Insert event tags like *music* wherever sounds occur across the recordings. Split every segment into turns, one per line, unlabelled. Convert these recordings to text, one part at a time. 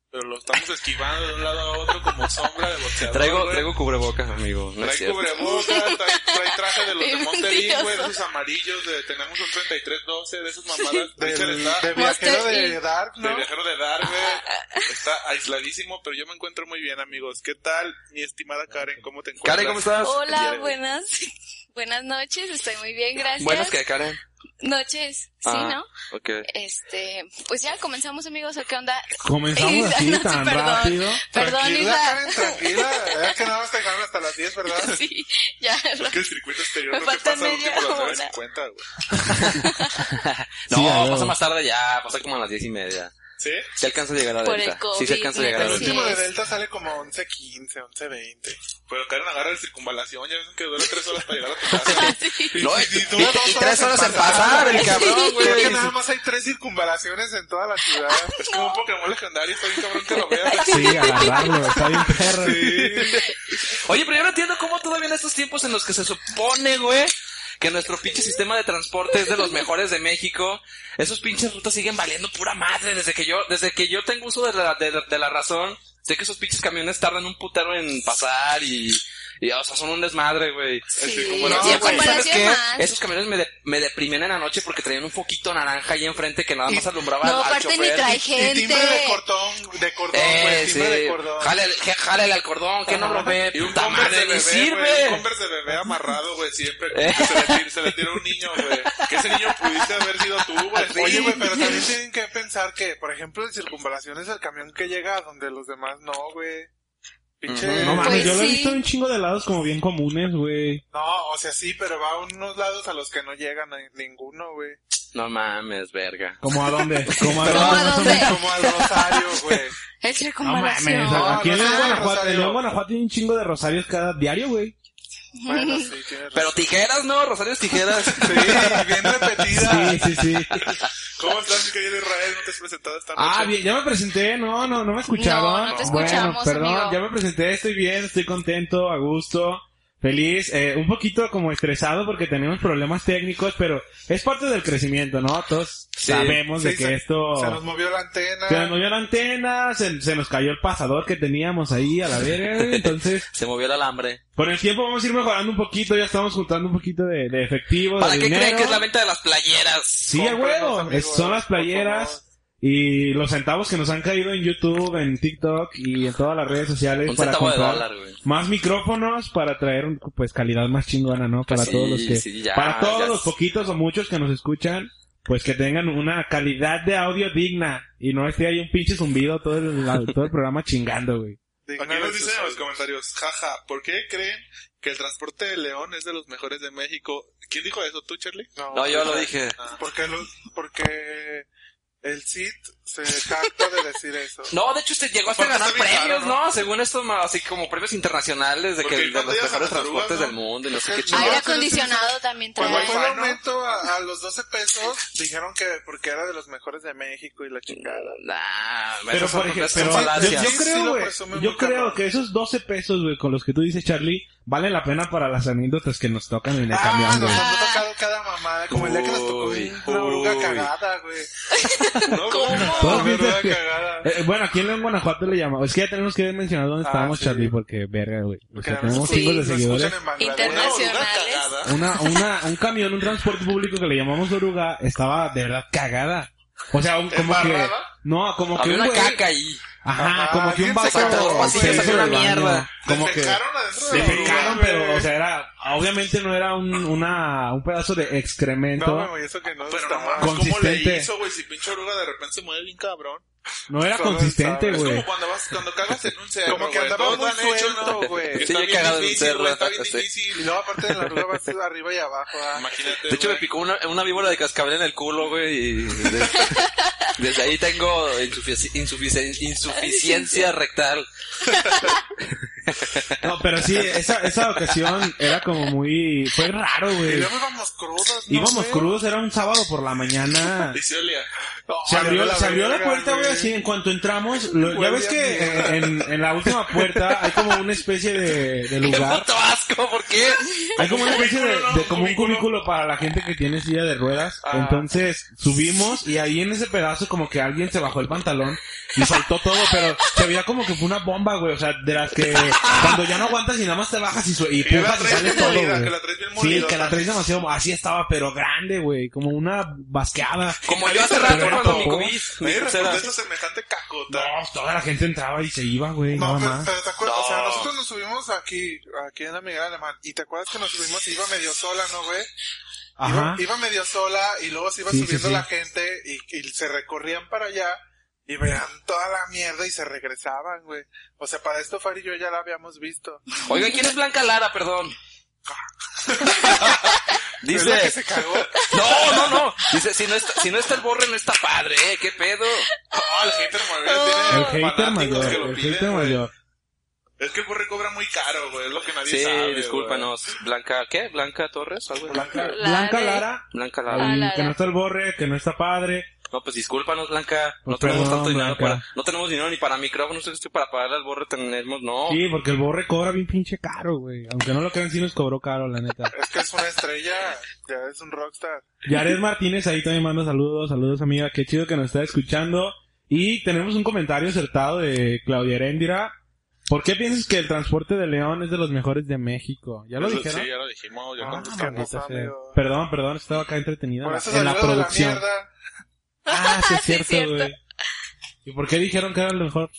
pero lo estamos esquivando de un lado a otro como sombra de boxeador.
Traigo,
güey.
traigo cubrebocas, amigo. No es
Trae
cierto.
cubrebocas, trae, trae
*laughs*
traje de los de
Bien
Monterrey, güey, de
mentiroso.
esos amarillos, de tenemos un 3312, de esas mamadas.
Del, de
Richard está de,
viajero
Monster
de
Inc.
Dark, ¿no?
viajero de
*laughs*
dar, güey. Está aisladísimo, pero yo me encuentro muy bien, amigos. ¿Qué tal, mi estimada Karen? ¿Cómo te encuentras?
Karen, ¿cómo estás?
Hola,
Bien.
buenas. *laughs* Buenas noches, estoy muy bien, gracias.
Buenas que Karen.
noches, sí,
Ah,
¿no?
Ok.
Este, pues ya comenzamos amigos, ¿a ¿qué onda?
Comenzamos
Isa,
así
no, sí,
tan
perdón.
rápido.
Perdón,
tranquila,
Isa.
Karen,
*laughs*
tranquila. Es que nada más te dejaron hasta las 10, *laughs* ¿verdad?
Sí, ya.
Es que el circuito exterior
Me
no te
faltan
pasa
media
último a las
hora.
9.50, güey.
No,
Sí, a
pasa
huevo.
más tarde ya, pasa como a las diez y media.
¿Sí?
Se alcanza a llegar a
Por
Delta.
el COVID,
sí, se alcanza a llegar a
El
Así
Delta.
último de
es.
Delta sale como 11.15, 11.20.
Pero Karen agarra el circunvalación, ya ven que dura tres horas para llegar a
*laughs*
tu casa.
No, y,
Sí,
y-
dura
y
dos
tres horas en pasar, el cabrón,
Creo
güey.
que nada más hay tres circunvalaciones en toda la ciudad.
Es como un Pokémon legendario, está bien cabrón que lo veas.
Sí, agarrarlo, está bien perro.
Oye, pero yo no entiendo cómo todavía en estos tiempos en los que se supone, güey, que nuestro pinche sistema de transporte es de los mejores de México, esos pinches rutas siguen valiendo pura madre. Desde que yo, desde que yo tengo uso de la, de, la- de la razón, sé que esos pinches camiones tardan un putero en pasar y, y o sea, son un desmadre, güey.
Sí,
como
No,
no,
sí,
güey,
en
¿sabes
comparación
qué?
más.
Esos camiones me, de- me deprimían en la noche porque traían un foquito naranja ahí enfrente que nada más alumbraba
No,
al, al
aparte ni
chofer.
trae
Y
gente.
timbre de cordón, de cordón,
Eh,
güey,
sí.
timbre de cordón.
Jálale, je- jálale al cordón, que no lo ve.
Y un
puta
Converse de
madre,
bebé,
ni
güey, un
sirve.
Converse de bebé amarrado, güey, siempre.
Eh.
Se, le tira, se le tira un niño, güey. Que ese niño pudiste haber sido tú, güey. Sí.
*laughs* Oye, güey, pero también tienen que pensar que, por ejemplo, el circunvalación es el camión que llega a donde los demás no, güey. Pinche.
Ujú.
No mames,
Pues
yo lo he
sí.
visto en un chingo de lados como bien comunes, güey.
No, o sea, sí, pero va a unos lados a los que no llegan a ninguno, güey.
No mames, verga.
¿Como a dónde? Como a
Pero,
dónde?
¿a
más o
dónde?
menos?
Como al Rosario,
*laughs*
güey.
Es que
No mames,
comparación.
aquí en
No,
León,
no,
Guanajuato, en
Ah, Rosario.
León, Guanajuato hay un chingo de rosarios cada diario, güey.
Bueno, sí, tienes
Pero tijeras, ¿no? Rosario es
*laughs*
tijeras.
razón. Sí, bien repetida.
Sí, sí, sí.
¿Cómo estás, mi querido Israel? ¿No te has presentado esta noche?
Ah, bien, ya me presenté, no, no, no me escucharon.
No, no te escuchamos,
bueno, perdón,
amigo.
ya me presenté, estoy bien, estoy contento, a gusto. Feliz, eh, un poquito como estresado porque tenemos problemas técnicos, pero es parte del crecimiento, ¿no? Todos
Sí.
sabemos de
Sí,
que
se-
esto...
Se nos movió la antena.
Se nos movió la antena, se, se nos cayó el pasador que teníamos ahí a la verga, güey. entonces
Se movió el alambre.
con el tiempo vamos a ir mejorando un poquito, ya estamos juntando un poquito de, de efectivo,
¿Para
de
qué
dinero.
creen que es la venta de las playeras?
Sí, a
Cómprenos,
huevo,
amigos,
es- son las
por
playeras y los centavos que nos han caído en YouTube, en TikTok y en todas las redes sociales
Un
para
centavo de
comprar
dólar, güey.
más micrófonos para traer pues calidad más chingona, ¿no? Para
Sí,
todos los que
sí, ya,
para todos
ya
los
es-
poquitos o muchos que nos escuchan, pues que tengan una calidad de audio digna y no esté ahí un pinche zumbido todo el, la- todo el programa chingando, güey.
Digna
Aquí
de
nos
sus
dicen en los
sueldos.
comentarios, jaja, ¿por qué creen que el transporte de León es de los mejores de México? ¿Quién dijo eso? ¿Tú, Charlie?
No, yo lo dije.
Ah. Porque, lo- porque el Cid se jacta de decir eso.
*laughs* No, de hecho, usted llegó hasta a
Aparte
ganar
está bien
premios,
caro,
¿no? Según esto, ma- así como premios internacionales de que
Porque
de los
cuando ibas a
mejores
las orugas,
transportes
¿no?
del mundo
*laughs*
y no sé
Es
qué
que-
chingada.
Aire acondicionado también
Cuando
trae.
fue el aumento a, a los 12 pesos, dijeron que porque era de los mejores de México y la chingada.
Nah,
Pero,
esas son-
por ejemplo,
esas son
pero yo,
falacias.
yo
Sí,
creo,
sí lo
güey,
presumen
yo
muy
creo
cabrón.
que esos 12 pesos, güey, con los que tú dices, Charlie, vale la pena para las anécdotas que nos tocan en el
Ah,
camión,
nos
güey.
han tocado cada mamada, como el día que nos tocó
Uy,
una oruga
uy.
cagada,
*laughs*
güey.
No,
Todos
¿Cómo?
dicen
verdad,
que-
cagada.
Eh, bueno, aquí en León, Guanajuato le llamamos. Es que ya tenemos que mencionar dónde
Ah,
estábamos,
sí.
Charlie, porque verga, güey. O
Porque
sea,
a veces
tenemos
sí,
chingos de
nos
seguidores.
escuchan en Bangladesh.
Una oruga
Internacionales.
cagada.
una, una, un camión, un transporte público que le llamamos oruga, estaba de verdad cagada. O sea, un, como que,
¿Embarrada?
no, como que
Había
un
una
güey,
caca ahí.
ajá,
Ajá,
como que un
alguien se cagó,
vaso
güey,
se hizo
sacó una
del baño.
mierda.
Como que,
Defecaron adentro de la oruga,
defecaron,
güey.
pero, o sea, era, obviamente no era un, una, un pedazo de excremento.
No, güey, eso que no
Pero
está
no mames,
mal.
¿cómo le
consistente.
hizo, güey? Si pinche oruga de repente se mueve bien cabrón.
No era
Todo
consistente,
estaba-
Es
güey.
como cuando vas, cuando cagas en un cerro,
Como que
güey.
andaba
Todos
muy
lo han hecho,
suelto,
¿no?
güey.
Que
Sí,
Está
yo he
bien
cagado en un
difícil,
cerro.
güey. Está bien
Sí.
Y
difícil.
luego aparte de la oruga vas arriba y abajo. ah.
Imagínate,
De hecho, me
güey.
picó una, una víbora de cascabel en el culo, güey, y de- desde ahí tengo insufici- insufici- insuficiencia rectal.
No, pero sí, esa, esa ocasión era como muy, fue raro,
Y
güey.
luego íbamos crudos, ¿no,
Íbamos
güey?
crudos, era un sábado por la mañana.
Y se olía.
No,
Se abrió,
valió
se abrió la
verga,
puerta, güey, así en cuanto entramos, lo- ya
Huele
ves
a
que eh,
mierda.
en, en la última puerta hay como una especie de, de
*laughs* ¡Qué
lugar,
puto asco! ¿Por qué?
hay como una especie de,
cubículo, ¿no?
de-
Un
como un
cubículo.
cubículo para la gente que tiene silla de ruedas,
Ah.
entonces subimos y ahí en ese pedazo como que alguien se bajó el pantalón y soltó todo, pero se veía como que fue una bomba, güey, o sea, de las que cuando ya no aguantas y nada más te bajas y, su- y
Que la
pujas y
traes
sale
bien
todo,
molida,
güey.
que la traes bien
Sí,
molida.
que la traes demasiado, así estaba, pero grande, güey, como una basqueada.
Como yo hace rato
Pero era
cuando mi
popó.
COVID, mi
Nadie
pulsera.
respondió
pues,
esa semejante
No,
cacota.
toda la gente entraba y se iba, güey, nada
No, pero,
más.
*laughs* pero te acuerdas, o sea,
No.
nosotros nos subimos aquí, aquí en la Miguel Alemán, y te acuerdas que nos subimos, iba medio sola, ¿no, güey?
Ajá.
Iba, iba medio sola, y luego se iba
Sí, sí,
subiendo
sí.
la gente, y, y se recorrían para allá, y veían toda la mierda y se regresaban, güey. O sea, para esto Fari y yo ya la habíamos visto.
Oigan, ¿quién es Blanca Lara? Perdón.
¿Es la que
Dice...
se cagó?
No, no, no. Dice, si no está, si no está el borre, no está padre, ¿eh? ¿Qué pedo?
No, Ah, el hater mayor
El
tiene
hater
fanáticos
mayor,
que lo
el hater
piden, güey.
mayor.
Es que el burro cobra muy caro, güey. Es lo que nadie
Sí,
sabe. güey.
discúlpanos. Blanca, ¿qué? ¿Blanca Torres? ¿Algo así?
Blanca.
pues, Blanca Lara,
Blanca Lara.
Ah,
el
Lara.
que no está el borre, que no está padre.
No, pues discúlpanos, Blanca. No
Pues
tenemos
perdón,
tanto dinero
Blanca.
para... No tenemos dinero ni para micrófonos, esto para pagarle al borre tenemos... No.
Sí, porque el borre cobra bien pinche caro, güey. Aunque no lo crean, sí nos cobró caro, la neta.
Es que es una estrella, ya es un rockstar.
Yared Martínez ahí también manda saludos, saludos amiga, qué chido que nos está escuchando. Y tenemos un comentario acertado de Claudia Heréndira. ¿Por qué piensas que el transporte de León es de los mejores de México? ¿Ya lo
Eso
dijeron?
Pues, Sí, ya lo dijimos. Ya
Ah,
cuando-
que no
maldita
sabe,
sea.
o-
Perdón, perdón, estaba acá entretenida en
Por
la-
eso
en la
saludos de la
producción.
mierda.
Ah, sí,
*laughs* Sí,
es
es
cierto,
cierto.
güey. ¿Y por qué dijeron que era lo mejor?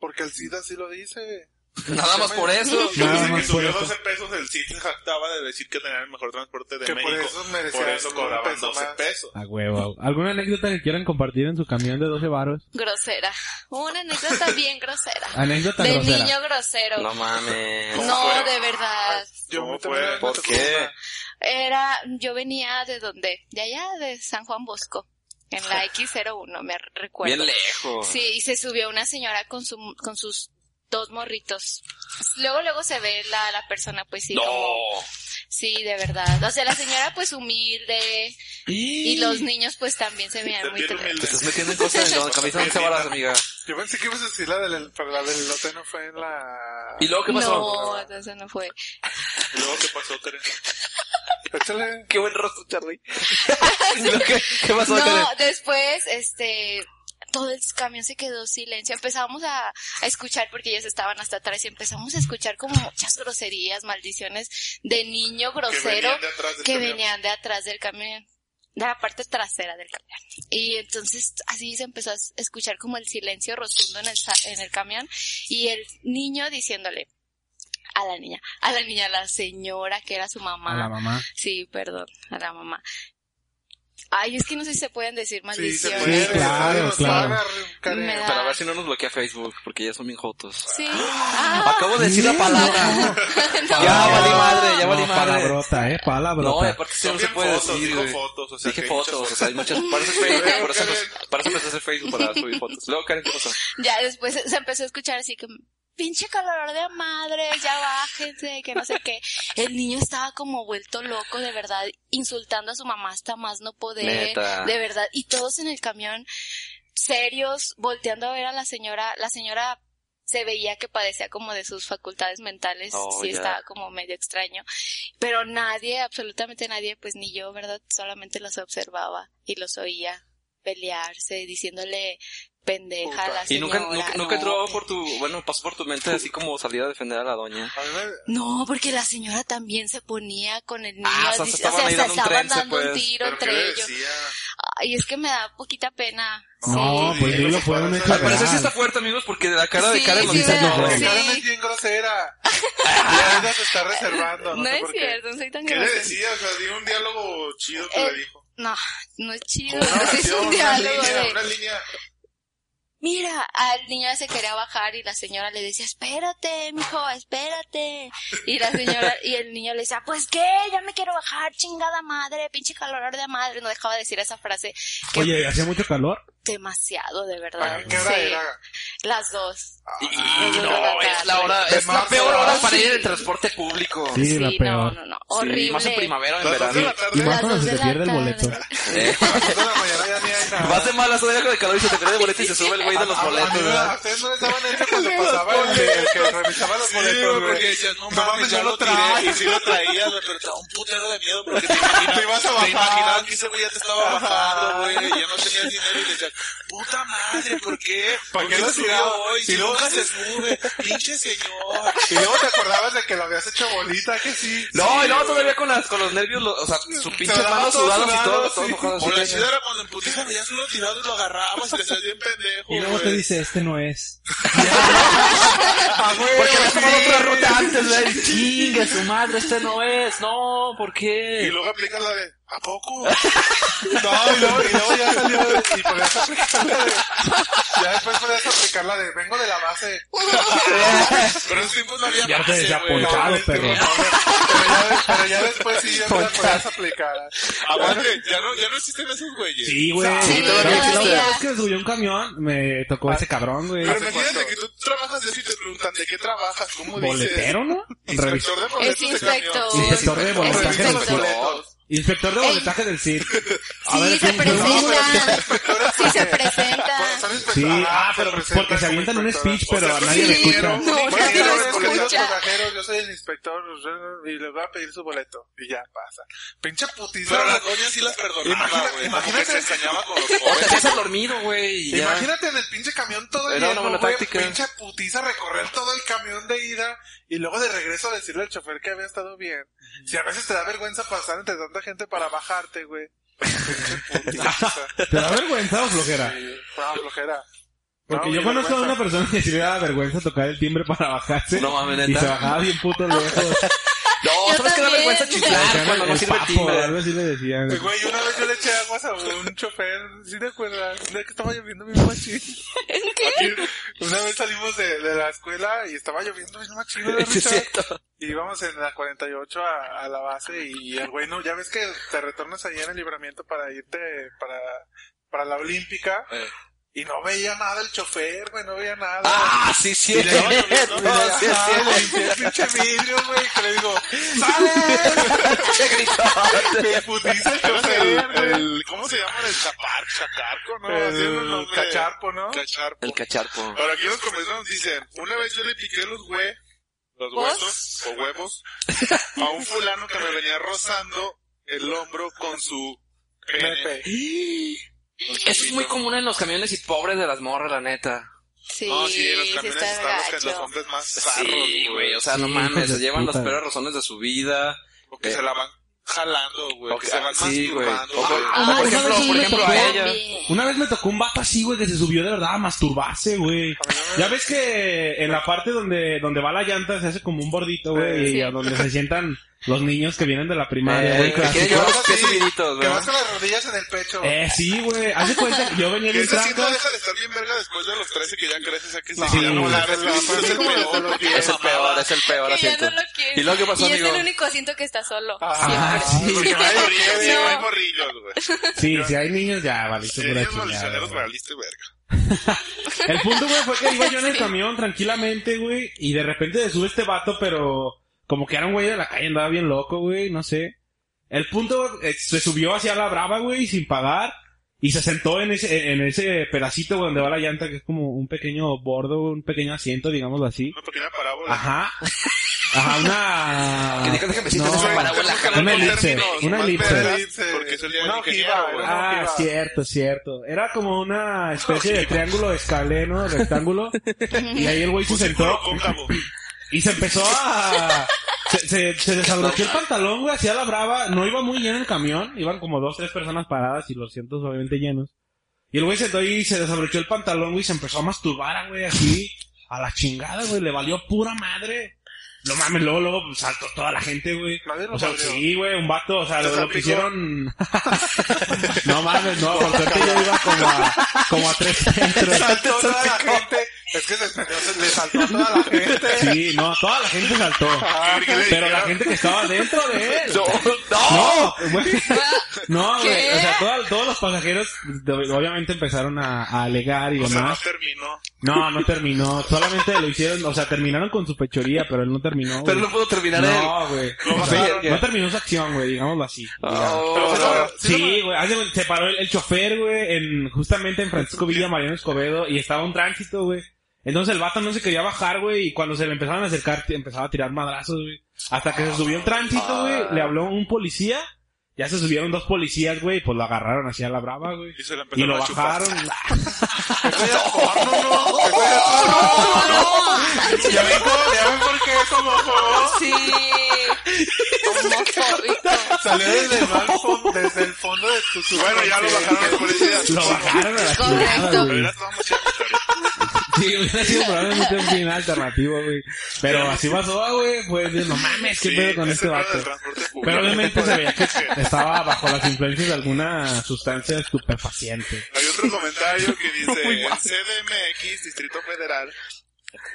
Porque el SIDA sí lo dice.
Nada más por eso.
Yo
Nada
dicen que
más por
subió
eso.
12 pesos, el sitio se jactaba de decir que tenía el mejor transporte de
Que por
México.
eso merecía
Por eso
un
cobraban
peso
12
más.
pesos.
A huevo. ¿Alguna anécdota que quieran compartir en su camión de 12 varos?
Grosera. Una anécdota bien grosera.
Anécdota
De
Ah, grosera.
niño grosero.
*laughs* No mames.
No, de verdad.
Yo
¿Cómo
me
fue?
tomé
¿Por qué?
Era, yo venía de donde, de allá, de San Juan Bosco, en la X01, me recuerdo.
Bien lejos.
Sí, y se subió una señora con su, con sus dos morritos. Luego, luego se ve la, la persona, pues sí,
no.
como, sí, de verdad. O sea, la señora, pues humilde, y los niños, pues también se
De
veían muy
piel
terribles.
Te
humilde.
estás metiendo en cosas en las camisas de varas, amiga.
Yo pensé que ibas a decir la del, pero la del lote no fue en la...
¿Y luego qué pasó?
No, entonces no fue.
¿Y luego qué pasó, Karen?
*laughs*
Échale.
Qué buen rostro, Charlie. Lo que- ¿Qué pasó, Karen?
No, después, este, todo el camión se quedó silencio. Empezamos a, a escuchar, porque ellos estaban hasta atrás, y empezamos a escuchar como muchas groserías, maldiciones de niño grosero
venían de atrás del
que
camión.
venían de atrás del camión. De la parte trasera del camión. Y entonces así se empezó a s- escuchar como el silencio rotundo en el, sa- en el camión y el niño diciéndole a la niña, a la niña, a la señora que era su mamá.
A la mamá.
Sí, perdón, a la mamá. Ay, es que no sé si se pueden decir
Sí, se
maldiciones.
puede.
Sí, claro,
Nos
claro.
van a arrancar.
Me da-
Para ver si no nos bloquea Facebook, porque ya son bien jotos.
Sí. Ah,
Acabo de decir la palabra.
*laughs* no.
Ya valí madre, ya valí
No,
madre.
palabrota, eh,
No, y
palabrota.
aparte eso
Son
no se
bien
puede
fotos,
decir,
dijo
güey.
fotos. O sea,
Dije
que hay muchas
fotos, o sea, hay muchas... Para eso es Facebook, por eso nos- para eso empezó a hacer Facebook, para subir fotos. Luego, Karen, ¿qué pasó?
Ya después se empezó a escuchar así que pinche calor de madre, ya bájense, que no sé qué. El niño estaba como vuelto loco, de verdad, insultando a su mamá hasta más no poder,
Neta.
de verdad. Y todos en el camión, serios, volteando a ver a la señora, la señora se veía que padecía como de sus facultades mentales,
Oh,
sí
ya.
estaba como medio extraño, pero nadie, absolutamente nadie, pues ni yo, ¿verdad? Solamente los observaba y los oía pelearse, diciéndole pendeja a la
Y
señora.
nunca, nunca, nunca entró por tu... Bueno, pasó por tu mente así como salir a defender a la doña.
A mí me-
No, porque la señora también se ponía con el niño,
Ah, o sea, se
dic-
estaban ahí dando un trence,
dando un
pues.
tiro
¿Pero qué
entre
le
ellos.
decía?
Ay, es que me da poquita pena.
No,
Sí.
pues
Sí,
dilo,
sí,
fue un
sí,
hecho
sí.
Al parecer sí
real.
está fuerte, amigos, porque de la cara de
Sí,
Karen lo
sí,
dice
¿verdad?
todo.
Porque
Sí.
Karen es bien grosera.
*laughs*
Y ella se está reservando. No,
No
sé
es
por qué.
cierto, no soy tan
¿Qué le
grosera.
decía? O sea, di un diálogo chido que
Eh,
le dijo.
No, no es chido.
Una
es
oración,
un
una
diálogo
línea,
de...
Una línea.
Mira, al niño se quería bajar y la señora le decía, espérate, mijo, espérate. Y la señora, y el niño le decía, pues qué, ya me quiero bajar, chingada madre, pinche calor de madre. No dejaba de decir esa frase que
Oye, ¿hacía mucho calor?
demasiado, de verdad.
¿A qué hora
Sí,
era?
Las dos.
Y
Los dos de
no,
la
es la
tarde.
hora,
De
es la
marzo,
peor
¿verdad?
hora para ir en el transporte público.
Sí,
Sí,
la
no,
peor.
no, no, horrible.
más en primavera o en
Las dos de
verano.
la
Y
tarde.
más
Las
cuando
dos de
se te
la
pierde el
tarde.
boleto.
Eh,
A las dos de la mañana ya ni hay nada.
Vas de malas orejas de calor y se te pierde el boleto y se sube el güey de los
A- a-
boletos,
a mí me- a
¿verdad?
ustedes Ah, no les daban eso cuando pasaba el, el que revisaba los boletos,
güey,
güey.
porque decías, no
No
mames,
mames,
ya
yo
lo
lo
tiré.
traje.
Y sí lo traías, güey, pero te da un putero de miedo porque *laughs* te imaginas-
Te ibas a
Te
bajar.
imaginabas que ese güey ya te estaba bajando, güey, y ya no tenías dinero y decías, puta madre, ¿por qué?
¿Para qué
¿Por
lo
se subió
subió?
hoy?
Y
Si
luego
nunca se
se-
sube, pinche señor.
*laughs* Y luego te acordabas de que lo habías hecho bolita, que sí.
No,
Sí,
y luego todavía con, las, con los nervios, lo- o sea, sus pinches
Se la
manos
todo
sudadas y
sudado,
todo, todo
sí.
mojado así.
O la ciudad era cuando en putiza ya solo tirado y lo agarrabas y te hacías bien pendejo,
Y luego
güey.
te dice, este no es.
Porque habías tomado otra ruta antes, güey. Chingue su madre, este no es. No, ¿por
Y
qué?
luego aplicas la de, ¿a
*laughs*
poco? No, Ah, y luego, y luego ya salió, y podías aplicar la de, ya después podías aplicar la de, vengo de la base.
Pero en esos tiempos no
Ya
había
te
base,
decía,
güey.
ponchado,
No, este,
perro.
no, Pero ya, pero ya después sí, ya me la podías aplicar.
Aguante, ya no, ya no existen esos güeyes.
Sí, güey.
Sí,
La
todavía.
última vez que me subió un camión, me tocó ese cabrón, güey.
Pero
¿Hace
imagínate
cuánto?
que tú trabajas de eso y te preguntan de qué trabajas, cómo dices.
¿Boletero, no? Revisor.
Inspector
pues,
de boletos
Es
de camión.
inspector.
Inspector de
Es
boletaje del
inspector.
CID.
Ah.
Inspector de
Ey. Sí, se
boletaje del CID. A ver, es un- no, pero-
presenta. Sí, se
Bueno,
presenta.
son
Sí,
inspectores.
ah, pero
presentan
porque se
como
avientan un
inspectores.
speech, pero a nadie le
sí,
escucha.
no, nadie lo
Bueno, yo les voy a pedir los
escucha.
pasajeros, yo soy el inspector yo- y les voy a pedir su boleto. Y ya pasa. Pinche putiza.
Pero las doñas sí las perdonaba,
Imagina-
güey. Imagínate.
imagínate-
Como que se engañaba con los
O te
jóvenes.
hacías el dormido, güey. y ya.
Imagínate en el pinche camión todo
Era una
lleno,
buena
güey,
táctica.
pinche putiza recorrer todo el camión de ida y luego de regreso decirle al chofer que había estado bien. Si a veces te da vergüenza pasar entre tanta gente para
*laughs*
bajarte, güey. Pinche putiza.
*laughs* ¿Te da vergüenza o flojera?
Ah, flojera.
Porque
No,
yo
y
conozco a
vergüenza.
una persona que sí le daba vergüenza tocar el timbre para bajarse.
No mames,
Y
neta.
se bajaba bien
*laughs*
puto
No,
lejos.
Yo
¿sabes qué da
también.
vergüenza chiflar cuando no
El
sirve el
papo,
timbre?
Algo así le decían.
Pues, Güey, una vez yo le eché aguas a un chofer, ¿sí te acuerdas? De que estaba lloviendo bien machín. ¿Qué? Una vez salimos de, de la escuela y estaba lloviendo bien machín, ¿verdad,
Sí, es
Richard?
cierto.
Y íbamos en la 48 a, a la base y el güey no, ya ves que te retornas ahí en el libramiento para irte para, para la olímpica
Eh.
y no veía nada el chofer, güey, no veía nada.
Ah, sí, sí. No, sí, es
Ah,
cierto.
le limpié el pinche vidrio, güey, que le digo,
*laughs*
¡sale!
Che, gritote.
Me putiza el chofer,
El,
güey.
el, ¿Cómo se llama? El chapar, chacarco, ¿no? Así era el
el
nombre.
cacharpo, ¿no?
Cacharpo.
El cacharpo.
Pero aquí en los comentarios nos dicen, una vez yo le piqué los güey, los
¿Vos?
huesos o huevos a un fulano que me venía rozando el hombro con su pene. Con su
Eso es muy
pito.
común en los camiones y pobres de las morras, la neta.
Sí,
No, sí, en los
sí
camiones
está
están los, que- los
gacho. Ah,
hombres más zarros,
Sí, güey, o sea, no
Sí,
mames,
hijos de
se llevan los
puta.
peores razones de su vida.
O que se la van jalando, güey.
O
que se van
sí, güey.
masturbando.
O por-
Ah,
o por
una
ejemplo,
vez
por
me
ejemplo
tocó
a ella.
también.
Una vez me tocó un vato así, güey, que se subió de verdad a masturbarse, güey. Ya ves que en la parte donde, donde va la llanta se hace como un bordito, güey, y
Sí.
a donde se sientan los niños que vienen de la primaria,
Eh,
güey.
que quiere
clásico.
llevar los
Sí,
pies subiditos,
Que vas
¿verdad?
con las rodillas en el pecho.
Eh, sí, güey. Haz de cuenta que yo venía
Que
en un
ese sí no
trancas.
deja de estar bien verga después de los 13 que ya creces aquí.
No,
sí,
sí,
ya
güey.
la ves,
La-
sí,
la-
es el
la-
peor,
la-
güey.
Es el peor, es el peor
Que ya
asiento.
no lo quiere.
¿Y luego qué pasó,
Y
amigo?
es el único asiento que está solo.
Ah, *laughs*
siempre.
Porque no hay morrillos, sí,
No.
no hay morrillos, güey.
Sí, si hay niños, ya, valiste
Si
por
eres
aquí.
maldicioneros, valiste verga.
El punto, güey, fue que iba yo en el camión tranquilamente, güey, y de repente se sube este vato, pero como que era un güey de la calle, andaba bien loco, güey, no sé. El punto, güey, eh, se subió hacia la brava, güey, sin pagar, y se sentó en ese, en ese pedacito, güey, donde va la llanta, que es como un pequeño bordo, un pequeño asiento, digámoslo así.
Una pequeña parábola.
Ajá. Ajá, una...
Que déjame- déjame
No,
esa parábola.
Una elipse,
términos
una
más
elipse.
vergas, Porque es el día del
Una
ingeniero,
ojiva,
güey.
una
Ah,
ojiva.
cierto, cierto. Era como una especie de triángulo escaleno, rectángulo. y ahí el güey
Pues,
se sentó
Puro
*laughs*
cóncavo.
y se empezó a... Se, se, se desabrochó el pantalón, güey, hacía la brava. No iba muy lleno el camión. Iban como dos, tres personas paradas y los cientos obviamente llenos. Y el güey se sentó y se desabrochó el pantalón, güey, y se empezó a masturbar, güey, así. A la chingada, güey. Le valió pura madre. No mames, luego, luego pues, saltó toda la gente, güey.
Nadie lo
O sea,
abrió.
sí, güey, un vato, o sea,
¿Te
lo, lo
salpicó?
que hicieron... *laughs* no mames, no, por suerte yo iba como a, como a tres
*laughs*
metros.
Saltó toda la gente. Es que se, se- le saltó toda la gente.
*laughs* Sí, no, toda la gente saltó. Pero la gente que estaba dentro de él.
No,
No, güey. No, *laughs*
¿Qué?
güey. O sea, todo- todos los pasajeros de- obviamente empezaron a, a alegar y
O sea, no
demás.
terminó.
No, no terminó. Solamente lo hicieron, o sea, terminaron con su pechoría, pero él no terminó.
pero
güey.
no pudo terminar él.
No, güey.
Lo
O sea,
mataron.
No terminó su acción, güey, digámoslo así.
Oh,
Pero fue
no.
todo-
Sí, güey, hace- se paró el, el chofer, güey, en, justamente en Francisco Villa Mariano Escobedo y estaba un tránsito, güey. Entonces el vato no se quería bajar, güey, y cuando se le empezaban a acercar, te- empezaba a tirar madrazos, güey. Hasta que se subió el
Ah.
tránsito, güey, le habló un policía, ya se subieron dos policías, güey, y pues lo agarraron así a la brava, güey.
Y se la
Y
empezaron
lo
a chupar.
bajaron.
Eso ya es porno, ¿no? Eso ya es porno. ¿Ya ven cómo? ¿Ya ven por qué es homófobo?
Sí. Homofóbico.
Salió desde el, mal fon- desde el fondo de tu tu-
Bueno, ya lo bajaron los policías.
Lo bajaron a la
Correcto.
chingada,
Pero
güey.
era toda mucha historia.
Sí, hubiera sido probablemente un final alternativo, güey. Pero así pasó, güey, pues, no mames, qué
Sí,
pedo con
ese
este
pedo
vato.
del transporte público.
Pero obviamente se veía que
Sí.
estaba bajo las influencias de alguna sustancia estupefaciente.
Hay otro
*laughs*
comentario que dice, en CDMX, Distrito Federal,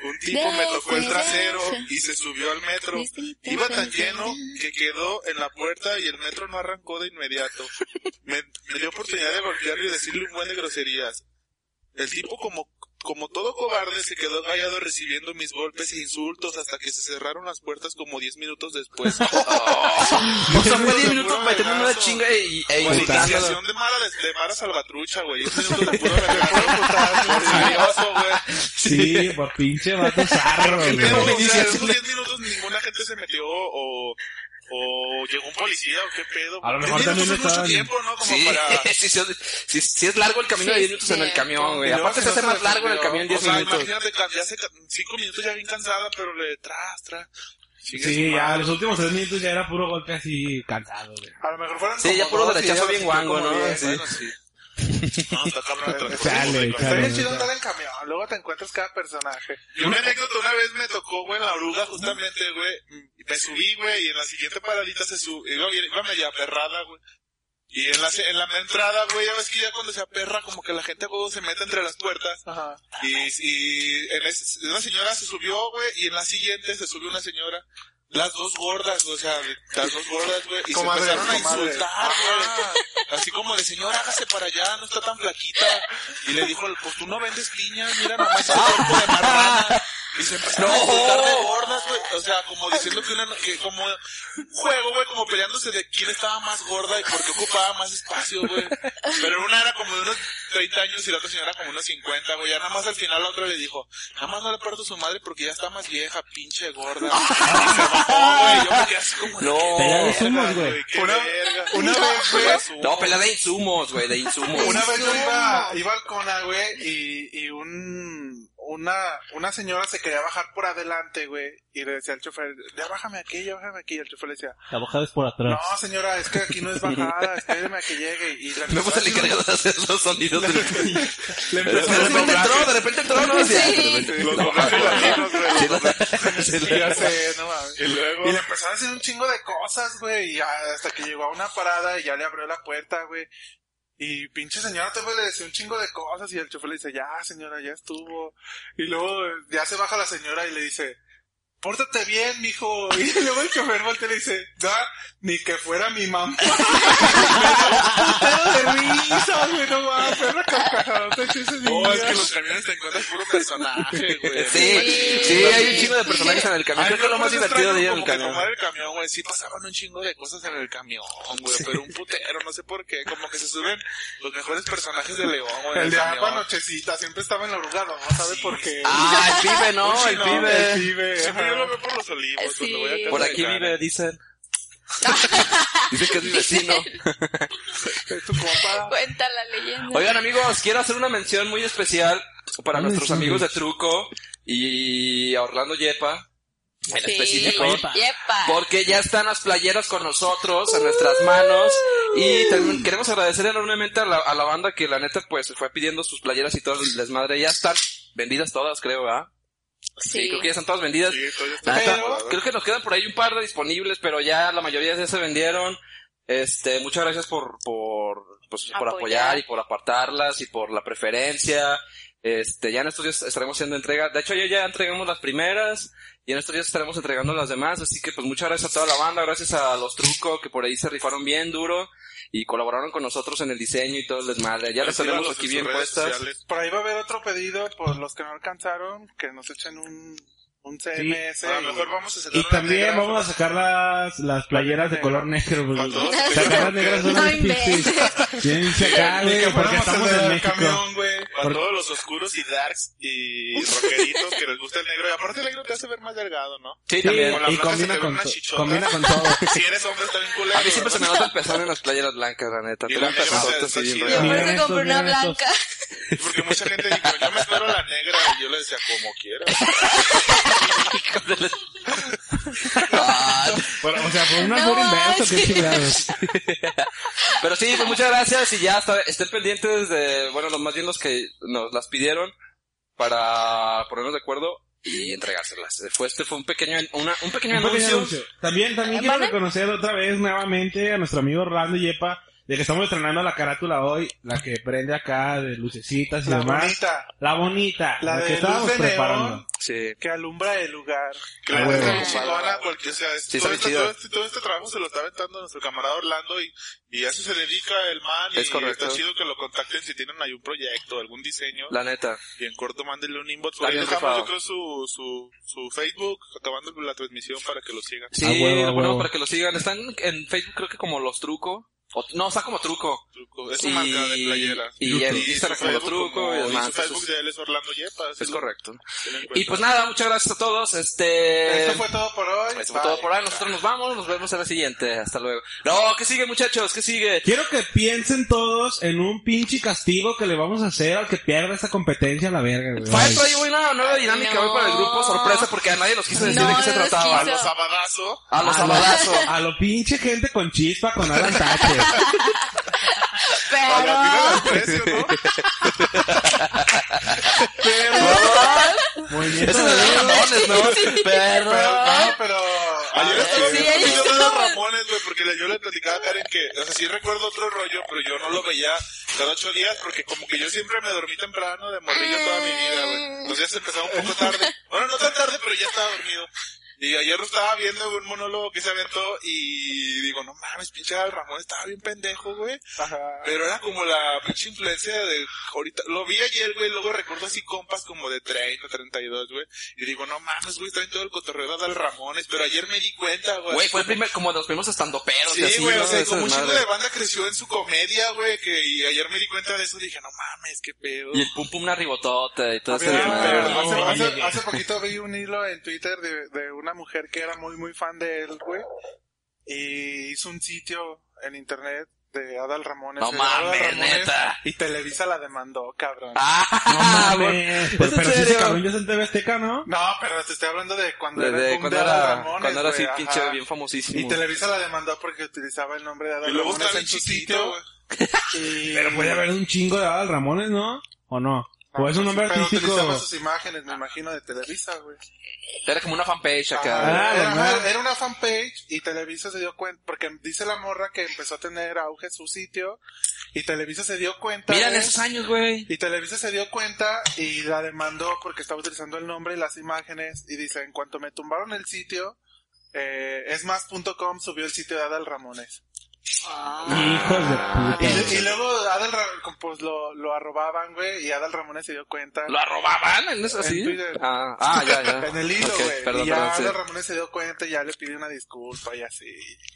un tipo me tocó el trasero y se subió al metro. Iba tan lleno que quedó en la puerta y el metro no arrancó de inmediato. Me, me dio oportunidad de golpearlo y decirle un buen de groserías. El tipo como, como todo cobarde se quedó callado recibiendo mis golpes e insultos hasta que se cerraron las puertas como 10
*laughs*
minutos después.
O sea, fue 10 minutos
Puro
metiendo una
vergazo.
chinga y, e
Pues,
insultándolo.
iniciación de Mara, de Mara Salvatrucha,
*laughs*
güey. Yo siento que puro regalar, por curioso, güey.
Sí, por pinche vato zarro, güey.
Pero, o sea, en esos 10 minutos ninguna gente se metió o... O llegó un policía o qué pedo.
A lo
Diez
mejor
minutos
también
es mucho
estaban-
tiempo, ¿no? Como
Sí,
para...
*laughs* sí, sí, sí, sí es largo el camino de
Sí,
10 minutos en el
sí.
camión, güey.
Y luego
Aparte
que
se hace
no
más largo en el
resolvió.
camión 10
O sea,
minutos.
imagínate, cambiaste 5 minutos ya bien cansada, pero le tras, tras. Sigue
Sí,
su
ya
madre.
los últimos tres minutos ya era puro golpe así cansado, güey.
A lo mejor fueron
Sí, ya
como
puro
dos y
derechazo
ella
bien
lo sintió
guango,
como
¿no?
diez.
Sí.
Bueno,
*laughs*
sí. No, está cabrón el transporte
Chale,
público.
chale.
Está bien chido andar en camión, luego te encuentras cada personaje.
Y una anécdota, una vez me tocó, güey, en la oruga, justamente, güey. Me subí, güey, y en la siguiente paradita se subió. Iba, iba media perrada, güey. Y en la, se- en la entrada, güey, ya ves que ya cuando se aperra, como que la gente, güey, se mete entre las puertas.
Ajá.
Y, y en es- una señora se subió, güey, y en la siguiente se subió una señora. Las dos gordas, o sea, las dos gordas, güey, y se
Comadre,
empezaron a
comadre.
insultar, güey. Así como de, señora, hágase para allá, no está tan flaquita. Y le dijo, pues tú no vendes piñas, mira nomás el cuerpo de marrana. Y se empezaron a insultar de gordas, güey. O sea, como diciendo que una, que como un juego, güey, como peleándose de quién estaba más gorda y por qué ocupaba más espacio, güey. Pero una era como de unos 30 años y la otra señora como unos 50, güey. Ya nada más al final la otra le dijo, nada más no le parto a su madre porque ya está más vieja, pinche gorda. Y se bajó, güey. Yo me quedé así como...
No.
Pelea de
"Verga,
sumos, güey.
qué
Una-
verga".
una vez, güey,
Pelea de sumos.
No, pelea de insumos, güey, de insumos.
Una vez yo iba, iba al Cona, güey, y, y un, una, una señora se quería bajar por adelante, güey, y le decía al chofer, ya bájame aquí, ya bájame aquí, y el chofer le decía,
La bajada es por atrás.
no señora, es que aquí no es bajada, espéreme a que llegue, y la
No pues el encargado de hacer los sonidos del...
Le
Pero
empezó
de
a
repente
doblar.
entró, de repente entró, no, sí.
Sí.
Los doblajes latinos, güey.
Sí, la- sí,
Sí,
la-
ya sé, no mames.
Y luego...
Y le empezaron a decir un chingo de cosas, güey, y ya- hasta que llegó a una parada y ya le abrió la puerta, güey. Y pinche señora todavía le decía un chingo de cosas y el chofer le dice, ya señora, ya estuvo. Y luego eh, ya se baja la señora y le dice, pórtate bien, mijo. *laughs* Y luego el chofer voltea y le dice, ya, ni que fuera mi mamá. *laughs* Pero de risa, güey, no mames, perra carcajadota, ese
Oh,
niño.
es que los camiones te encuentras puro personaje,
*laughs*
güey.
Sí, sí, hay un chingo de personajes en el camión.
Ay,
Creo que es lo
no,
más
pues es
divertido de ir en el
extraño como que tomar
camión.
el camión, güey. Sí pasaban un chingo de cosas en el camión, güey. Pero un putero, no sé por qué. Como que se suben los mejores personajes de León, güey.
El de agua
agua
nochecita, siempre estaba en la orgada, no sabe por qué.
Ah, el pibe, no, el
chino,
El
pibe.
pibe,
Siempre
ajá.
yo lo veo por los olivos.
Sí.
Cuando voy a casa
Por
de
aquí
Karen.
vive, dicen. Dice que es mi vecino.
Es tu compa.
Cuenta la leyenda.
Oigan, amigos, quiero hacer una mención muy especial para nuestros amigos de Truco y a Orlando Yepa, en específico.
Yepa.
Porque ya están las playeras con nosotros, en nuestras manos. Y también queremos agradecer enormemente a la, a la banda que la neta pues fue pidiendo sus playeras y todo el desmadre. Ya están vendidas todas, creo, ¿verdad?
Sí.
creo que ya están todas vendidas.
Sí, estoy- estoy-
La neta,
Pero-
creo que nos quedan por ahí un par de disponibles, pero ya la mayoría ya se vendieron. Este, muchas gracias por, por, pues, por apoyar
Apoyar.
y por apartarlas y por la preferencia. Este, ya en estos días estaremos haciendo entrega. De hecho, ayer ya entregamos las primeras y en estos días estaremos entregando las demás. Así que, pues, muchas gracias a toda la banda. Gracias a los trucos que por ahí se rifaron bien duro y colaboraron con nosotros en el diseño y todo el desmadre. Ya las tenemos
Síganos en
aquí
sus
bien
redes
puestas.
sociales.
Por ahí va a haber otro pedido por los que no alcanzaron, que nos echen un, un CMS.
A lo
y-
mejor vamos a sacar
Y
una
también
negra
vamos a sacar las, las playeras de color negro. porque
Para todos.
Las playeras negras son
No
bien
inventes.
pinches. Bien acá,
Ni que
güey, porque
fuéramos
estamos
el
en
del
México.
camión, güey.
Para todos los oscuros y darks y rockeritos que les gusta el negro. Y aparte el negro te hace ver más delgado, ¿no?
Sí,
Sí,
también.
Con la
y
blanca se
combina
te
con,
ve
to-
una chichota.
combina con todo.
*laughs* Si eres hombre está bien culero.
A mí siempre se me
¿verdad?
nota el pezón en las playeras blancas, la neta.
Y
Tengo
la
un
negra
pezonzote
está
así bien
chida.
Yo
raro.
por
Miren
eso
estos,
compré una
miren estos.
blanca.
Porque mucha gente dijo, yo me espero la negra. Y yo le decía, como quiera.
Ah,
*laughs*
Por- o sea, por un
No,
albur
es
inverso, qué
que-
chingados.
Pero sí, pues muchas gracias y ya está- estén pendientes de, bueno, los más bien los que nos las pidieron para ponernos de acuerdo y entregárselas. Fue este fue un pequeño, una- un pequeño
Un pequeño
anuncio.
anuncio. También, también
Eh,
quiero
¿vale?
reconocer otra vez nuevamente a nuestro amigo Orlando Yepa, de que estamos estrenando la carátula hoy, la que prende acá de lucecitas y
La
demás.
bonita,
La bonita, la,
La de
que
luz
estábamos
de neón.
preparando.
Sí.
que alumbra el lugar.
Que la
Ah,
neta
bueno.
es chingona, porque, o sea,
Sí, está
todo,
bien
este,
chido.
todo, este, todo este trabajo se lo está aventando nuestro camarada Orlando y, y a eso se dedica el man. Y
Es correcto.
está chido que lo contacten si tienen ahí un proyecto, algún diseño.
La neta.
Y en corto mándenle un inbox.
Está
Por ahí
bien
dejamos,
rifado.
yo creo, su, su, su Facebook, acabando la transmisión para que lo sigan.
Sí,
A Ah, huevo, a
lo ponemos
huevo.
para que lo sigan. Están en Facebook creo que como Los Truco. O- no, está como Truco.
Truco. Es
Y-
su marca de playera.
y en Instagram
su
como
Facebook
Truco
como-
y
y
demás.
su Facebook de él es Orlando Yepa. así
Es
lo-
correcto.
se lo encuentran.
Y pues nada, muchas gracias a todos. Este...
pues,
Esto fue todo por hoy.
Eso fue
Bye.
todo por ahora. Nosotros nos vamos. Nos vemos en la siguiente. Hasta luego. No, ¿qué sigue, muchachos? ¿Qué sigue?
Quiero que piensen todos en un pinche castigo que le vamos a hacer al que pierda esta competencia a la verga, güey.
Fire trae hoy una nueva dinámica
No.
hoy para el grupo, sorpresa, porque a nadie nos quiso decir
No,
de qué se
no nos
trataba.
A los sabadazo.
A los
a,
abrazos.
*laughs* lo, a lo pinche gente con chispa con Alan Thatcher.
A la vida
Pero.
del precio, *laughs* ¿no?
Movimiento
Eso es
de
de los
dedos.
Ramones, ¿no?
Pero,
Perdón.
no, pero...
Ayer estaba
Sí,
viendo un
ahí
video de los
estaba.
Ramones, güey, porque le- yo le platicaba a Karen que, o sea, sí recuerdo otro rollo, pero yo no lo veía cada ocho días, porque como que yo siempre me dormí temprano de morrillo toda mi vida, güey. Los días empezaban un poco
*laughs*
tarde. Bueno, no tan tarde, pero ya estaba dormido. Y ayer estaba viendo un monólogo que se aventó y digo, no mames, pinche Al Ramón estaba bien pendejo, güey.
Ajá.
Pero era como la pinche influencia de ahorita. Lo vi ayer, güey, luego recuerdo así compas como de 30, 32, güey. Y digo, no mames, güey, traen todo el cotorreo de Al Ramones. Pero ayer me di cuenta, güey.
Güey, fue el primer, como de los primeros estandoperos y
Sí,
así,
güey,
¿no?
o sea,
Esa
como un
madre.
chingo de banda creció en su comedia, güey, que y ayer me di cuenta de eso y dije, no
mames, qué pedo.
Y el pum pum una ribotota y todo eso.
Pero,
no,
pero
no,
hace,
no,
hace-
oye.
hace poquito vi un hilo en Twitter de, de una mujer que era muy, muy fan de él, güey. Y hizo un sitio en internet de Adal Ramones.
No
El Adal
mames, neta.
Y Televisa la demandó, cabrón.
Ah,
mames. Pues,
¿es en
pero si ese
serio?
cabrón ya es en TV Azteca, ¿no?
No, pero te estoy hablando de cuando
Desde
era el boom
cuando
de Adal
era,
Ramones,
cuando era así
güey,
pinche
ajá.
bien famosísimo.
Y Televisa la demandó porque utilizaba el nombre de
Y
Adal
luego
Ramones
está
en
bien
su
chiquito,
sitio.
güey.
Y...
Pero puede haber un chingo de Adal Ramones, ¿no? ¿O no? O
Ah,
es un nombre
pero
artístico.
utilizaba sus imágenes, me imagino, de Televisa, güey.
Era como una fanpage acá.
Ajá,
Ah,
era,
la madre.
era una fanpage y Televisa se dio cuenta, porque dice la morra que empezó a tener auge su sitio y Televisa se dio cuenta.
Mira en
güey,
esos años, güey.
y Televisa se dio cuenta y la demandó porque estaba utilizando el nombre y las imágenes y dice, en cuanto me tumbaron el sitio, eh, esmas.com subió el sitio de Adal Ramones.
Hijos de puta.
Y, y luego Adal Ra- pues lo, lo arrobaban, güey, y Adal Ramones se dio cuenta.
¿Lo arrobaban? ¿En eso
En
así?
Twitter.
Ah, ah, ya, ya.
En el hilo,
Ok,
güey.
Perdón,
y ya
perdón, sí.
Adal Ramones se dio cuenta y ya le pidió una disculpa y así.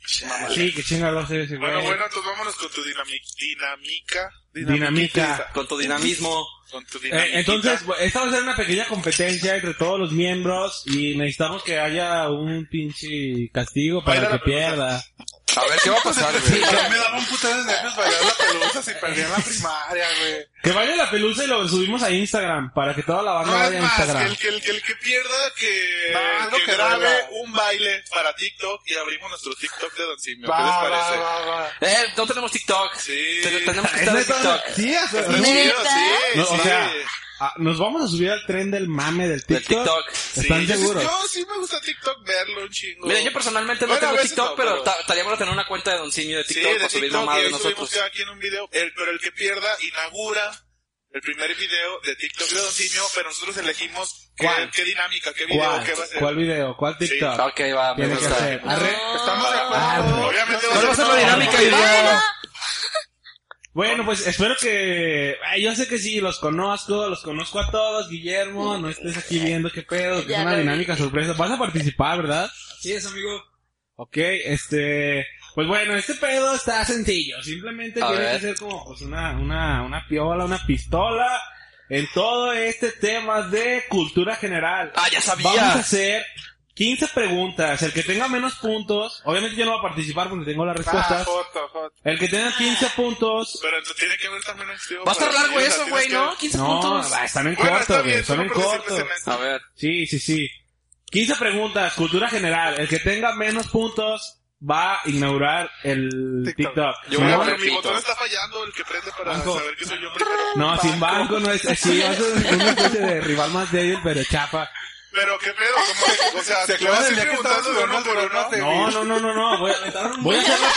Sí, que chingalo es ese, güey.
Eh,
Bueno, bueno, entonces vámonos con tu dinami- dinámica.
Dinamica.
Con tu dinamismo.
Con tu
Eh,
dinámica.
entonces, bu- esta va a ser una pequeña competencia entre todos los miembros y necesitamos que haya un pinche castigo para
Baila
el que
la pelusa.
pierda.
A ver, ¿qué va a pasar, güey?
Yo me daba un putazo de nervios bailar la pelusa si perdía en la primaria, güey.
Que vaya la pelusa y lo subimos a Instagram para que toda la banda
No
vaya
es
a
más, que
Instagram. *laughs*
el que, el que, el que pierda, que,
No, no
eh, que
que
grabe
nada.
un baile para TikTok y abrimos nuestro TikTok de Don Simio. ¿Qué les
Va,
parece?
va, va, va.
Eh, no tenemos TikTok.
Sí.
Ten- Tenemos que
Es
estar en
neta,
TikTok.
sí, o sea,
Está
no-
chido,
¿Neta?
sí,
no, o
sí.
sea, ah, nos vamos a subir al tren del mame del
Del
TikTok.
TikTok.
¿Están
Sí, yo sí-
seguros?
Yo sí me gusta TikTok verlo un chingo.
Mira, yo personalmente no
Bueno, a
tengo
veces
Tiktok,
no,
pero
pero-
ta- estaría bueno tener una cuenta de Don Simio de
Sí,
TikTok
de
para subir
TikTok,
mamadas
y
de
ahí subimos
nosotros.
cada quien un video. El, pero el que pierda inaugura el primer video de TikTok de Don Simio, pero nosotros elegimos qué,
¿Cuál?
qué dinámica, qué video,
¿Cuál?
qué va a ser.
¿Cuál video? ¿Cuál TikTok?
Ok, va, me
Tiene que
gusta.
ser. Arre-
Estamos de
Ah,
acuerdo.
Obviamente
¿Cuál va a ser la
una-
dinámica ideal?
Bueno, pues espero que... ay, yo sé que sí, los conozco, los conozco a todos, Guillermo, no estés aquí viendo qué pedo, que es
Ya
una
lo vi.
dinámica sorpresa. Vas a participar, ¿verdad? Así es, amigo. Ok, este... Pues bueno, este pedo está sencillo, simplemente
A
tiene
ver.
que ser como pues una, una, una piola, una pistola en todo este tema de cultura general.
Ah, ya
Vamos a
sabía.
hacer 15 preguntas. El que tenga menos puntos, obviamente yo no voy a participar porque tengo las
Ah,
respuestas.
foto, foto.
El que tenga 15 puntos.
Pero entonces tiene que haber también un video.
Va a estar
para-
largo
o sea,
eso,
tienes
güey,
que-
¿no? 15
No,
puntos.
ah, están en
Bueno, está
corto, güey.
bien,
Son
solo
en
porque siempre
corto.
se me hace.
A ver.
Sí, sí, sí. 15 preguntas, cultura general. El que tenga menos puntos va a inaugurar el
TikTok.
TikTok.
Yo
¿No?
voy a
Pero
poner-
mi botón está fallando, el que prende para
Banco.
saber que soy yo primero.
No, sin banco no es así. Es una especie de rival más débil, pero chapa.
Pero qué pedo, ¿cómo que- O sea,
¿Se
te
acuerdan
vas a
del
ir
día que
preguntando de uno
estábamos
por
jugando
uno.
con
No, no, no, no, no. Voy a, voy a hacer la,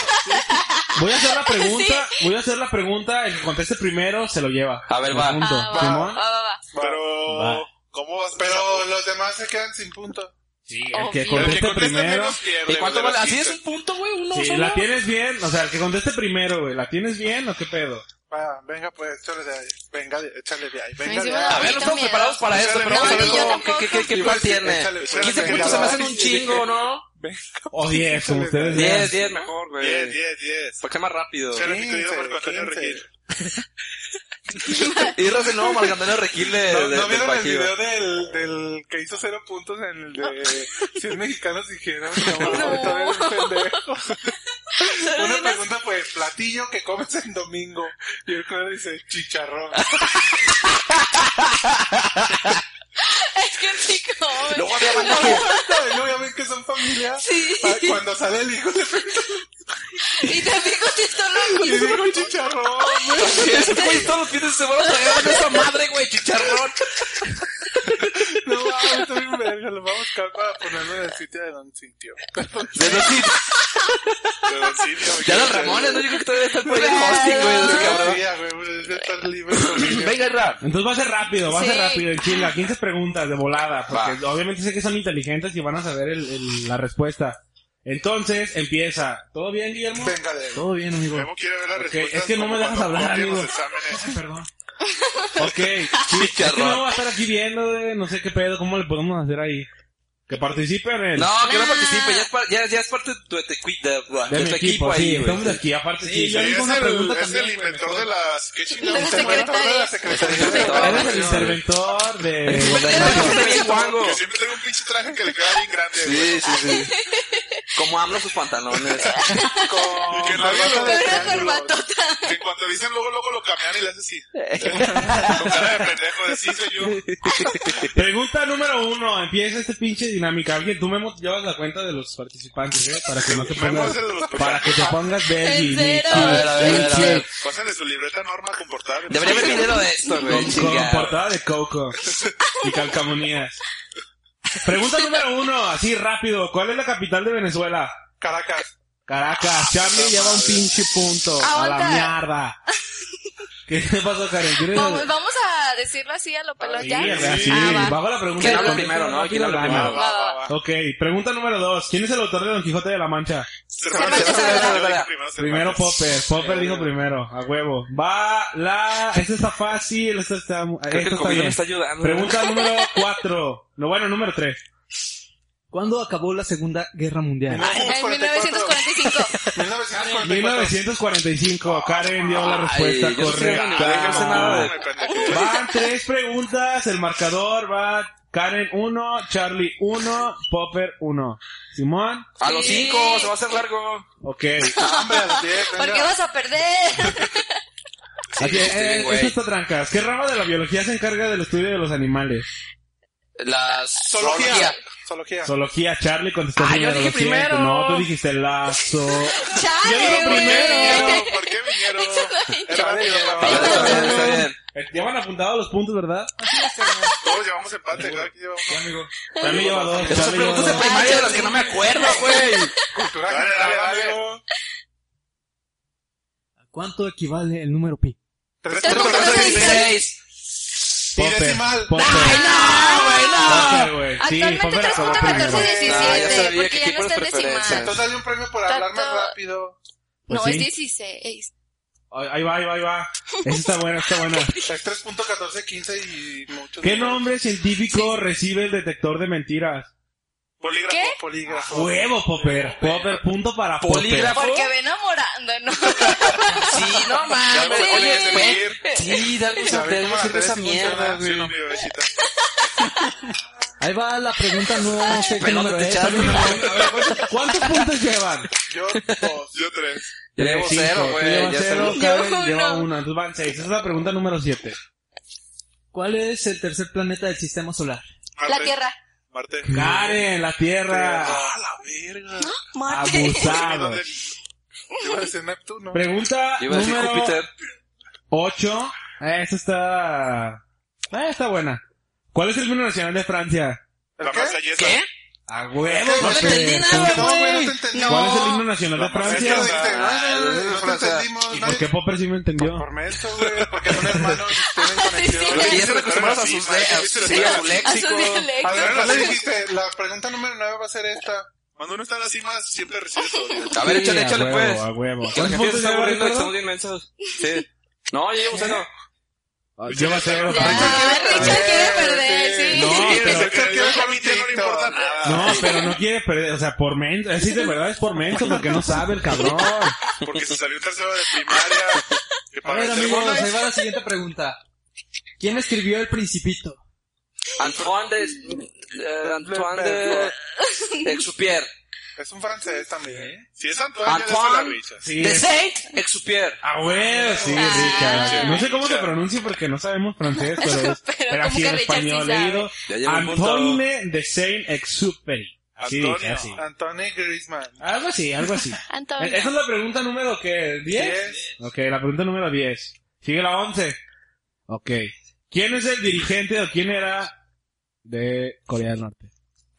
voy a hacer la pregunta. Voy a hacer la pregunta. El que conteste primero se lo lleva.
A ver, va.
Punto.
Ah, va,
¿Simón?
va, va, va.
Pero,
Va.
¿cómo vas?
Pero los demás se quedan sin punto.
Sí, el
Obvio.
que
Pero el
conteste este primero.
menos pierde.
¿Y cuánto vale?
güey, de las
Así es
15.
un punto, güey. Uno
Sí,
solo.
la tienes bien, o sea, el que conteste primero, güey, ¿la tienes bien o qué pedo?
Va, venga pues, échale de ahí. Venga, de- échale de ahí. Venga
Me
de
hicieron
A
ahí.
ver, no estamos
Miedo.
preparados para eso, pero
No,
vamos a ver
ni yo
cómo- qué- qué- qué- qué
Igual
cuál
sí,
tiene.
échale, pues,
15
venga,
puntos se me
va.
hacen un chingo, ¿no?
O 10, como ustedes vean.
10, 10, mejor, güey.
10, 10, 10.
Para que sea más rápido.
Pero mi querido
15,
Marco Antonio
15.
Regil.
*laughs* Y de nuevo, Marco Antonio Regil de,
*laughs* ¿No,
de-
no
del
vieron el
Bajío.
video del, del que hizo cero puntos en
*laughs*
el de 100 mexicanos dijeron que
No.
un pendejo?
Solo
Una
vi unas-
pregunta pues, platillo que comes en domingo. Y el claro dice,
*laughs*
chicharrón.
Es que sí, come.
Luego había banda que-
y luego ya ven que son
*laughs*
familia.
Sí.
Ah, Cuando sale el hijo le pregunta,
Y te digo si esto
y dice,
no
*laughs*
"Con chicharrón, güey".
*laughs* Sí, ese güey todos los fines de semana tragaban esa madre, güey, chicharrón.
No, mames, estoy bien verga, lo vamos a buscar para ponerlo en el sitio de Don Sitio.
De los
Pero sí, mi
Ya
querido
los Ramones, ¿no? Yo creo que todavía están por ahí en
Claro.
hosting, güey, de ese cabrón.
Día, güey, güey, debe estar libre el dominio.
Venga, Ra.
Entonces va a ser rápido, va a ser
Sí.
rápido, en chinga, 15 preguntas de volada, porque obviamente sé que son inteligentes y van a saber el- el- la respuesta. Entonces, empieza. ¿Todo bien, Guillermo?
Venga, de
Todo bien, amigo.
Memo quiere ver la
Ok,
respuesta.
es que no me dejas hablar, amigo.
exámenes.
Ay, perdón.
Este
Ok, sí, es que no va a estar aquí viendo, güey, no sé qué pedo, cómo le podemos hacer ahí. Que participe en el...
No, que no
Nah.
Ah.
participe, ya es, par- ya, ya es parte de tu, de tu equi- de- de
de mi
tu
equipo,
equipo
sí,
ahí, güey. *laughs*
estamos aquí, aparte sí,
Sí,
yo
es,
digo una
el,
pregunta
es
también,
el
güey,
inventor
mejor.
de las... ¿Qué chingados?
De las
Inventor de las
*laughs*
secretarias.
secretarias.
Eres el interventor de...
Bien, Juango.
Que siempre tengo un pinche traje que le queda bien grande, güey.
Sí, sí, sí. Como hablo sus pantalones.
Y que
Con
la bata de
Pero una
triángulo.
corbatota.
Que cuando dicen luego, luego lo cambian y le hace así.
*laughs*
Con cara de pendejo, de sí soy yo.
Pregunta número uno. Empieza este pinche dinámica. Oye, tú, Memo, llevas la cuenta de los participantes, ¿eh? Para que no te
Memo
pongas...
es el de los
Para que te pongas Benji.
En serio.
Nick,
A ver, a ver, a ver.
Pásenle su libreta norma comportable.
Debería haber dinero de esto, güey.
Con, con
chingado.
portada de Coco y calcamonías. Pregunta número uno, así rápido. ¿Cuál es la capital de Venezuela?
Caracas.
Caracas. Charlie lleva un pinche punto. A la
Aguanta.
mierda. ¿Qué te pasó, Karen? ¿Quieres-
Vamos, vamos a decirlo así a lo pelón
Sí,
ya.
así.
Ah, va.
Bajo la pregunta.
¿Quién habla
contesta
primero, no? ¿Quién habla
rápido,
primero?
gana.
Ah, Va, va,
Ah.
va.
Ok, pregunta número dos. ¿Quién es el autor de Don Quijote de la Mancha?
Cervantes.
Cervantes, Cervantes,
Yo dije
Pues,
Primero
Cervantes.
Popper. Popper
Eh,
dijo primero, a huevo. Va la... Esta está fácil, esta está...
Creo que
esta
el
está
COVID me
bien.
está ayudando.
Pregunta número 4. No, bueno, número 3.
¿Cuándo acabó la Segunda Guerra Mundial?
En 1945.
1944.
1945. Karen dio la
Ay, yo
respuesta
no sé, yo
correcta.
no sé nada de-
No, me pendejo.
Van tres preguntas. El marcador va Karen 1, Charlie 1, Popper 1. Simón.
A los
Sí.
cinco, se va a hacer largo.
Ok.
Hombre, a los 10,
¿Por qué vas a perder?
Aquí,
estoy bien,
eh,
Este, güey.
esto está trancas. ¿Qué rama de la biología se encarga del estudio de los animales?
La
Zoología.
zoología.
Zoología.
Zoología. Charlie contestó
Ah, yo
primero.
dije
lo siento.
primero.
No, tú dijiste lazo.
Chale,
digo
güey.
primero.
¿Por qué vinieron? Era
Chale,
mío,
yo-
Ah, Está bien, está bien.
Eh, Llevan apuntados los puntos, ¿verdad?
Todos llevamos empate, cada quien lleva uno.
Charlie lleva dos.
Esas
Charlie lleva
preguntas de
dos.
primaria de las que no me acuerdo, güey.
Cultura
Dale, dale,
general,
dale.
algo.
¿A ¿Cuánto equivale el número pi?
Tres
Tres
puntos,
puntos,
tres,
seis.
Seis.
Popper,
decimal.
Popper.
¡Ah,
Popper, güey. Sí,
Actualmente
Popper acabó primero.
3.1417,
Ah, ya sabía que
porque ya
aquí
no está en
por las preferencias.
decimal.
Entonces hay un premio por hablar más
Tanto-
rápido.
Pues
No,
sí.
es 16.
Ay, Ahí va, ahí va, ahí va. Esa está buena, está buena.
Es 3.1415 y muchos.
¿Qué nombre científico recibe el detector de mentiras?
Polígrafo.
¿Qué?
Polígrafo.
Huevo, Popper. Popper, punto para Popper.
Polígrafo.
Porque ve enamorando, ¿no?
Sí, no mames.
Ya me voy a
Oye, güey.
seguir.
Sí, dale un
Ya ves cómo
sartén,
la
sirve
redes
esa
funcionan,
mierda,
Sí,
güey.
no, mi bebecita.
Ahí va la pregunta, no sé qué
pelón
número
de
es.
Charlie.
Charlie,
¿Cuántos puntos llevan?
Yo, dos.
Yo tres.
Yo llevo
Cinco.
cero,
Tú
güey.
llevas
Ya
cero,
sabía.
Karen
Yo
lleva
uno.
una. Entonces van seis. Esa es la pregunta número siete.
¿Cuál es el tercer planeta del sistema solar?
La
Marte.
Tierra.
Ah,
Marte.
Karen, la Tierra.
Ah, la verga.
Marte.
*laughs*
Abusado.
¿Dónde?
Yo iba a decir Neptuno.
Pregunta
Iba a decir
número
Júpiter.
8. Esta está... eh, está buena. ¿Cuál es el himno nacional de Francia?
La
¿Qué?
más yesa.
¿Qué?
A huevo,
No le
Popper.
entendí nada,
No, güey, no
güey.
te entendí.
¿Cuál
No.
es el himno nacional de
La más
Francia?
yesa.
No te entendimos.
¿Y por
nadie-
qué Popper sí me entendió?
Por menso, güey. Porque son hermanos
*laughs*
y tienen
*laughs* Sí,
conexión.
Oye,
sí.
ya se acostumbraron a sus de- a sus- sí,
*laughs*
a su
A su
léxico.
dialecto.
A ver, no le dijiste. La pregunta número 9 va a ser esta.
Cuando uno está en las cimas, siempre recibe todo.
A ver,
Sí,
échale,
a
échale,
huevo,
pues.
A huevo.
Que la
¿Cuántos
gente se
puntos
está
lleva
aburriendo de que
Ricardo?
estamos bien mensos. Sí. No, yo llevo cero.
Lleva cero.
Ya, Richard Ah, quiere perder, sí.
No, pero-
Pero que el comité no le importa nada.
No, pero no quiere perder, o sea, por menso, es decir, de verdad es por menso, porque no sabe el cabrón.
Porque se salió tercero de primaria. Que
A
para
ver,
el
amigos,
segundo
ahí va la siguiente pregunta. ¿Quién escribió El Principito?
Antoine de... eh, Antoine de... Exupier.
Es un francés también.
Si es Antoine, ya le hace la
Antoine.
richa.
Sí,
De
es-
Saint Exupier.
ah, güey, sí,
Ah.
Richard. No sé cómo se pronuncia porque no sabemos francés, pero, es-
Pero
era
como
así
que Richard
en
sí
español
sabe.
leído.
Ya llevo un punto.
Antoine de Saint-Exupéry. Así
Antonio.
dice, así.
Anthony Griezmann.
Algo así, algo así.
Antonio.
Esa es la pregunta número que 10.
Diez.
Ok, la pregunta número 10. Sigue la 11. Ok. ¿Quién es el dirigente o quién era de Corea del Norte?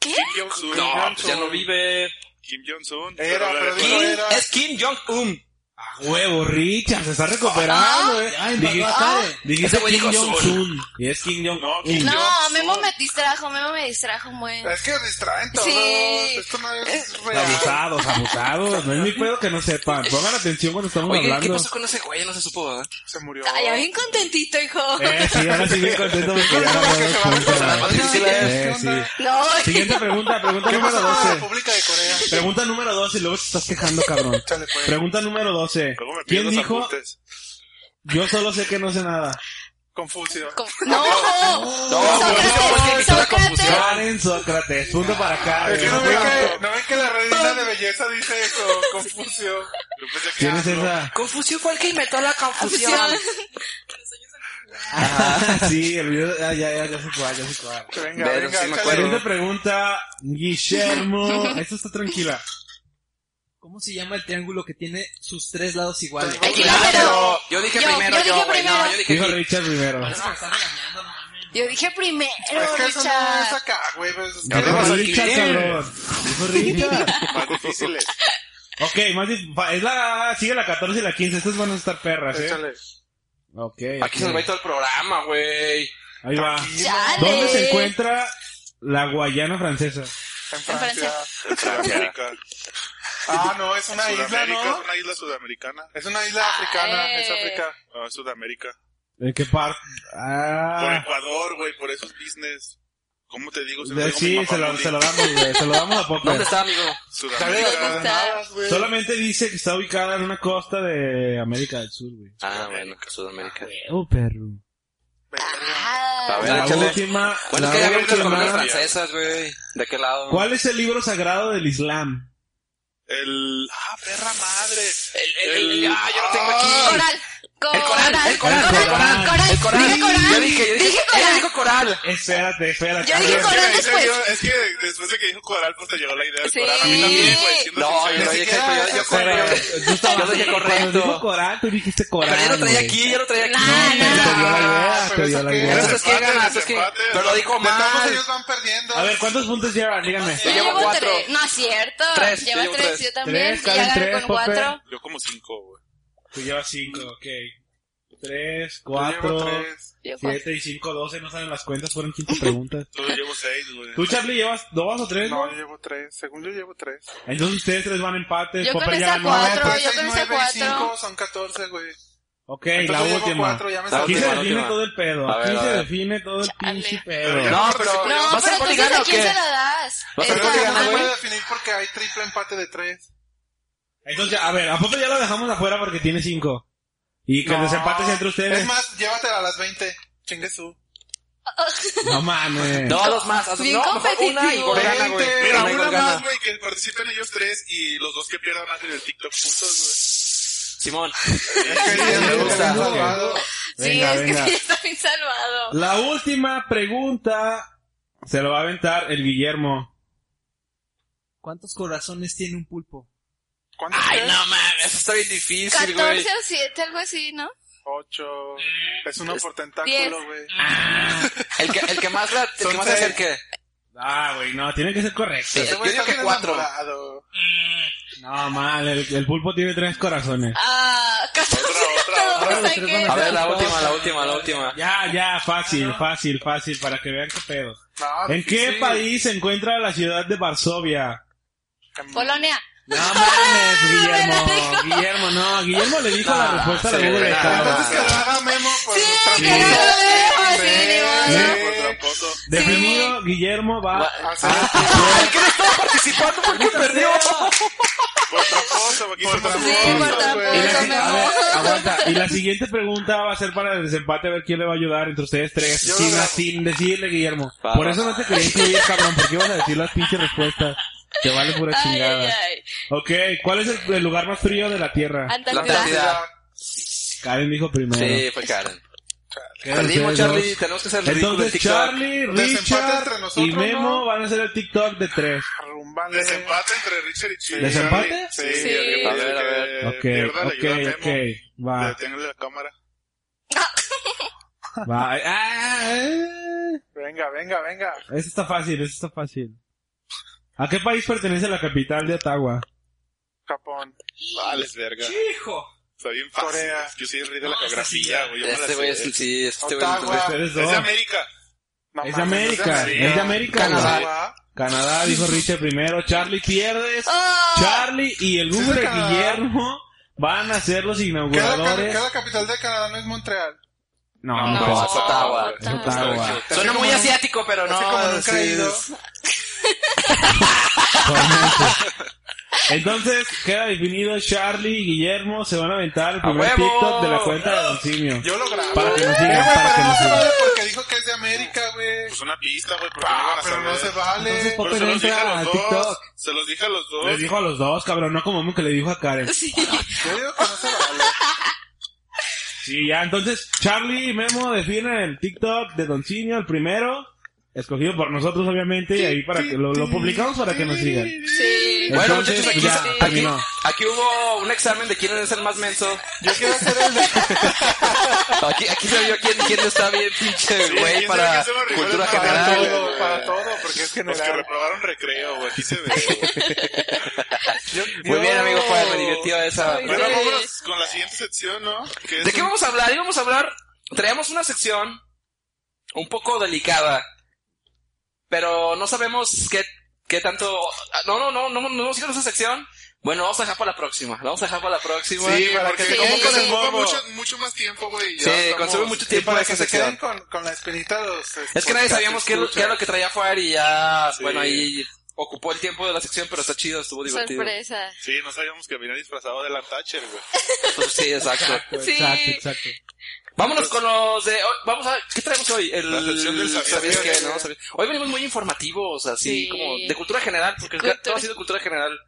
Kim Jong-un.
No, pues ya no vive.
Kim Jong-un.
Era, pero
la-
digo-
Kim,
era-
es Kim Jong-un.
A huevo, Richard, se está recuperando, eh.
Ya,
dijiste,
empacó.
dijiste
Ese güey
Kim
dijo
Jong-un. Y es Kim
No,
Jong-un.
Kim
No,
Yo-
Memo me distrajo, Memo me distrajo muy.
Es que distraen todos.
Sí.
Esto no es real.
Abusados, abusados. No es mi pedo que no sepan. Pongan atención cuando estamos
Oye, ¿qué
hablando.
pasó con ese güey? No se supo, ¿verdad?
Se murió.
Ay, ya bien contentito, hijo.
Eh, sí, ahora sí bien contento porque ya no podemos juntos. Eh, sí.
No,
Siguiente pregunta, pregunta
¿Qué
número
pasa con la
12.
República de Corea?
Pregunta número 12 y luego te estás quejando, cabrón.
Chale, pues.
Pregunta número 12.
Luego
¿Quién
me pierdo los
dijo?
apuntes.
Yo solo sé que no sé nada.
Confucio.
*laughs* con- no, Sócrates, Sócrates.
Karen Sócrates. Punto para
Es
Karen.
que no ven que, no ven que la reina de belleza dice co- Confucio.
Yo pensé que
¿Quién es
Andro.
esa?
Confusión fue el que inventó la confusión.
*laughs* sí, el video. ah, ya, ya, ya se cuál, ya se cuál.
Que Venga,
Pero
venga,
sí me
échale.
acuerdo.
Siguiente pregunta, Guillermo. Esta está tranquila.
¿Cómo se llama el triángulo que tiene sus tres lados iguales?
El kilómetro.
Yo dije
Yo,
primero,
yo
yo,
dije
güey. No,
primero.
yo dije
Dijo
aquí.
Richard primero.
Ah,
Yo dije primero,
Es que eso no es
Richard.
acá, güey. pues,
Ya
Dijo
vemos al
Richard,
Guillermo.
cabrón. Dijo Richard.
Más difíciles.
Ok, más dif- va- es la, sigue la 14 y la 15. Estas van a estar perras, eh.
Échale.
Ok.
Aquí se nos va a ir todo el programa, güey.
Ahí va.
Chale.
¿Dónde se encuentra la Guayana francesa?
En Francia.
Sudamérica.
Ah, no, es una isla,
Sudamérica,
¿no?
Es una isla sudamericana.
Es una isla
Ah,
africana, es
eh.
África.
No, es Sudamérica.
¿En qué parte?
Por
Ah.
Ecuador, güey, por esos business. ¿Cómo te
pues,
digo?
de- sí, se lo, se lo damos, güey. Se lo damos a poco.
¿Dónde está, amigo?
Dale las
Sudamérica.
coordenadas, güey.
Solamente dice que está ubicada en una costa de América del Sur, güey.
Ah, bueno, Sudamérica.
Oh, perro.
A ver,
La
échale.
última.
Bueno,
la
es que ya vimos las
última.
colonias francesas, güey. ¿De qué lado?
¿Cuál es el libro sagrado del Islam?
El. ¡Ah, perra madre!
El, el, el, ah, yo lo tengo aquí.
Coral. Coral.
el coral,
el
Coral.
coral,
Coral.
El coral.
Dije coral.
Yo dije, yo dije.
Dije
Ella
coral.
dijo coral.
Espérate, espérate.
Yo dije
Es que,
coral
en
después.
serio, es que después de que dijo coral, pues te llegó la idea del
Sí.
coral. A mí también, güey. siendo
No, yo
sincero. ah,
lo
Ni
dije,
siquiera-
pero yo, yo,
Pero, tú estabas-
yo lo dije
Cuando dijo
correcto.
coral, tú dijiste coral.
Pero yo lo traía
güey.
aquí, yo lo traía aquí.
Nah, nah.
Te dio la idea,
Ah,
te
pero
dio
eso
la
que-
idea.
Pero eso es que
Empate,
ganas, es que...
empate.
Pero lo dijo
De todos
mal.
ellos van perdiendo.
A ver, ¿cuántos puntos llevan? Díganme.
Yo
Yo llevo
llevo
cuatro.
tres. No es cierto.
Tres, yo
Llevas
llevo
tres,
tres.
yo también.
Tres,
y
Karen,
ya gané
tres,
con
Pope.
cuatro.
Yo como cinco, güey.
Tú llevas cinco, ok. Tres,
Yo llevo
cuatro,
tres.
Yo cuatro.
siete y cinco, doce. No salen las cuentas, fueron cinco preguntas.
Tú llevo seis,
*laughs*
güey.
¿Tú, Charlie, llevas dos o tres?
No,
No.
yo llevo tres. Según yo llevo tres.
Entonces ustedes tres van empates.
Yo
Popper
con
ya
esa
ganó.
cuatro.
Pero-
yo
Seis,
pensé
nueve y
cuatro.
cinco, son catorce, güey.
Ok,
Entonces
la
llevo
última.
cuatro, ya me
La
Aquí
salté.
se
última, la
define
última.
todo el pedo.
A ver,
Aquí
a
se
ver.
define todo el
Chale.
pinche
Pero
pedo.
ya-
No, pero...
No,
¿Vas
pero
a poner
entonces
gana
¿a
o
quién
qué?
se la das?
¿Vas a
Es
Pero es
que
que no
gana,
se
güey?
puede definir porque hay triple empate de tres.
Entonces, ya- a ver, a Popper ya lo dejamos afuera porque tiene cinco. Y que el
No.
desempate sea entre
Es
ustedes.
más, llévatela a las 20. Chingue su.
No mames.
No, dos más. Haz-
Bien
No, mejor una y
competitivo.
gol gana, güey.
Veinte.
Mira,
Una y
una
gol gana.
más, güey, que participen ellos tres y los dos que pierdan hacen el TikTok juntos,
Simón.
güey.
me gusta.
Sí,
Venga,
es que
venga.
sí, está bien salvado.
La última pregunta se lo va a aventar el Guillermo.
¿Cuántos corazones tiene un pulpo?
¿Cuánto
Ay, no mames, eso está bien difícil, güey.
14 o 7, algo así, ¿no?
8. Es uno
Diez.
por tentáculo, güey.
El que, el que más la, el que
Son
más es el
seis.
que.
Ah, güey, no, tiene que ser correcto.
Sí.
Ese
Yo
güey
digo
está
que
bien
cuatro.
enamorado.
No, mal, el, el pulpo tiene tres corazones.
Ah, *laughs* 14
Otra,
todo
otra,
lo que
otra,
saqué.
otra.
A ver, la última, la última, la última.
Ya, ya, fácil, fácil, fácil, para que vean qué pedo.
Ah,
No,
¿En qué
sí.
país se encuentra la ciudad de Varsovia?
En-
Polonia.
No
Ah,
mames,
Guillermo,
Guillermo, Guillermo, no, Guillermo le dijo
la
la
No, respuesta
respuesta
a la
de
Ah, sí, Google, no, cabrón.
Google.
Entonces que la haga Memo, pues.
Sí,
tranquilo.
que la haga Memo, sí,
Sí.
ni modo.
Por tramposo.
Definido, Guillermo va.
Así
Ay, que no estaba participando *laughs* porque perdió.
Por tramposo, aquí
Por
somos
tramposo.
Sí,
amigos,
por
güey.
Y
tramposo, me
la, si- a ver,
voy.
aguanta. Y la siguiente pregunta va a ser para el desempate, a ver quién le va a ayudar entre ustedes tres,
Yo
sin,
lo grabo.
sin decirle, Guillermo.
Va,
Por
va,
eso no te quería incluir, cabrón, porque ibas a decir las pinches respuestas. Te vale pura
*laughs* Ay, ay, Ah,
chingada.
ay.
Ok, ¿cuál es el, el lugar más frío de la Tierra?
La
Antártida.
Antártida.
Karen dijo primero.
Sí, fue Karen.
Quedan
Perdimos,
ustedes
Charlie.
dos.
Tenemos que hacer el ridículo en
Entonces,
TikTok.
Charlie,
Desempate
Richard
entre nosotros,
y Memo
¿no?
van a hacer el TikTok de tres.
Arrumbale.
Desempate entre Richard y Chile.
¿Desempate?
Sí, eh,
Sí.
el que-
A ver, a ver.
el que
Ok,
pierda le
ok,
ayuda a
ok.
Memo.
Va,
Deténganle la cámara.
Ah.
va. Ah, eh.
Venga, venga, venga.
Eso está fácil, eso está fácil. ¿A qué país pertenece la capital de Ottawa?
Japón,
Vales, verga.
¡Hijo!
Está bien fácil.
Corea.
Yo soy el rey de
No,
la
esa sí
geografía,
ya.
güey. yo me la
Este
sé.
güey es, sí, este güey
Ottawa.
entonces-
Ustedes
Es
dos.
de América.
No
Es de
mames,
América, es de América. güey.
Canadá.
Canadá, dijo Richard primero. Charlie pierdes. Charlie y el
Sí, es de
Google
Canadá.
Guillermo van a ser los
¿Qué es la ca- qué
inauguradores.
es la capital de Canadá? No es Montreal.
No,
No,
pues,
es Ottawa.
Ottawa.
Es Ottawa.
Suena muy asiático, pero no.
Así como nunca he ido.
sí,
Entonces, queda definido Charlie y Guillermo se van a aventar el primer
huevo!
TikTok de la cuenta de Don Simio.
Yo lo grabo.
Para que nos digan,
Eh, güey,
para que
pero no
nos
se
digan.
vale porque dijo que es de América, güey.
Pues una pista, güey, porque
Ah,
no
pero
van a
no se
saber.
vale.
Entonces, ¿por
Pero
qué
se
no
los dije
entra
a
a
los dos.
TikTok?
Se los dije a los dos.
Les dijo a los dos, cabrón, no como que le dijo a Karen.
Sí.
Yo digo que no se vale.
Sí, ya, entonces, Charlie y Memo definen el TikTok de Don Simio, el primero, escogido por nosotros, obviamente, y ahí para que lo, lo publicamos para que nos sigan.
Sí.
Bueno,
Entonces,
muchachos, aquí,
ya,
aquí,
terminó.
aquí hubo un examen de quién es el más menso.
Yo quiero hacer el de...
*laughs* Aquí, aquí se vio quién, quién está bien, pinche
Sí,
güey,
quién sabe
para
quién se va a rifar
cultura
el más
Para
General,
general.
todo,
güey.
para todo, porque es
Los que
general.
reprobaron recreo, güey. Aquí se ve, güey.
Muy bien, amigo, pues me divirtió esa.
Ay,
Bueno,
Sí.
vámonos con la siguiente sección, ¿no? Que es
¿De qué
un-
vamos a hablar? Íbamos a hablar, traíamos una sección un poco delicada, pero no sabemos qué, qué tanto... No, no, no, no, no hemos ido a esa sección. Bueno, vamos a dejar para la próxima, la vamos a dejar para la próxima.
Sí,
para
porque
que se
como
queden
que
con
se
el
ocupa
morbo.
mucho, mucho más tiempo, güey. ya
Sí,
estamos-
consume mucho
Y
tiempo
para
esa
que se
sección.
queden con, con la espinita de los... eh,
Es que nadie
podcast
sabíamos qué, qué
escuchas.
era lo que traía Fire y ya,
Sí.
bueno, ahí ocupó el tiempo de la sección, pero está chido, estuvo divertido.
Sorpresa.
Sí, no sabíamos que venía disfrazado de la Thatcher, güey.
Pues sí, exacto.
Sí.
Exacto, exacto.
Vámonos con los de hoy. Vamos a ¿qué traemos hoy? El
Pues- La sección del sabías
¿sabías
qué,
qué, no? ¿Sabías? Hoy venimos muy informativos, así
Sí.
como de cultura general, porque
Cultura.
todo ha sido cultura general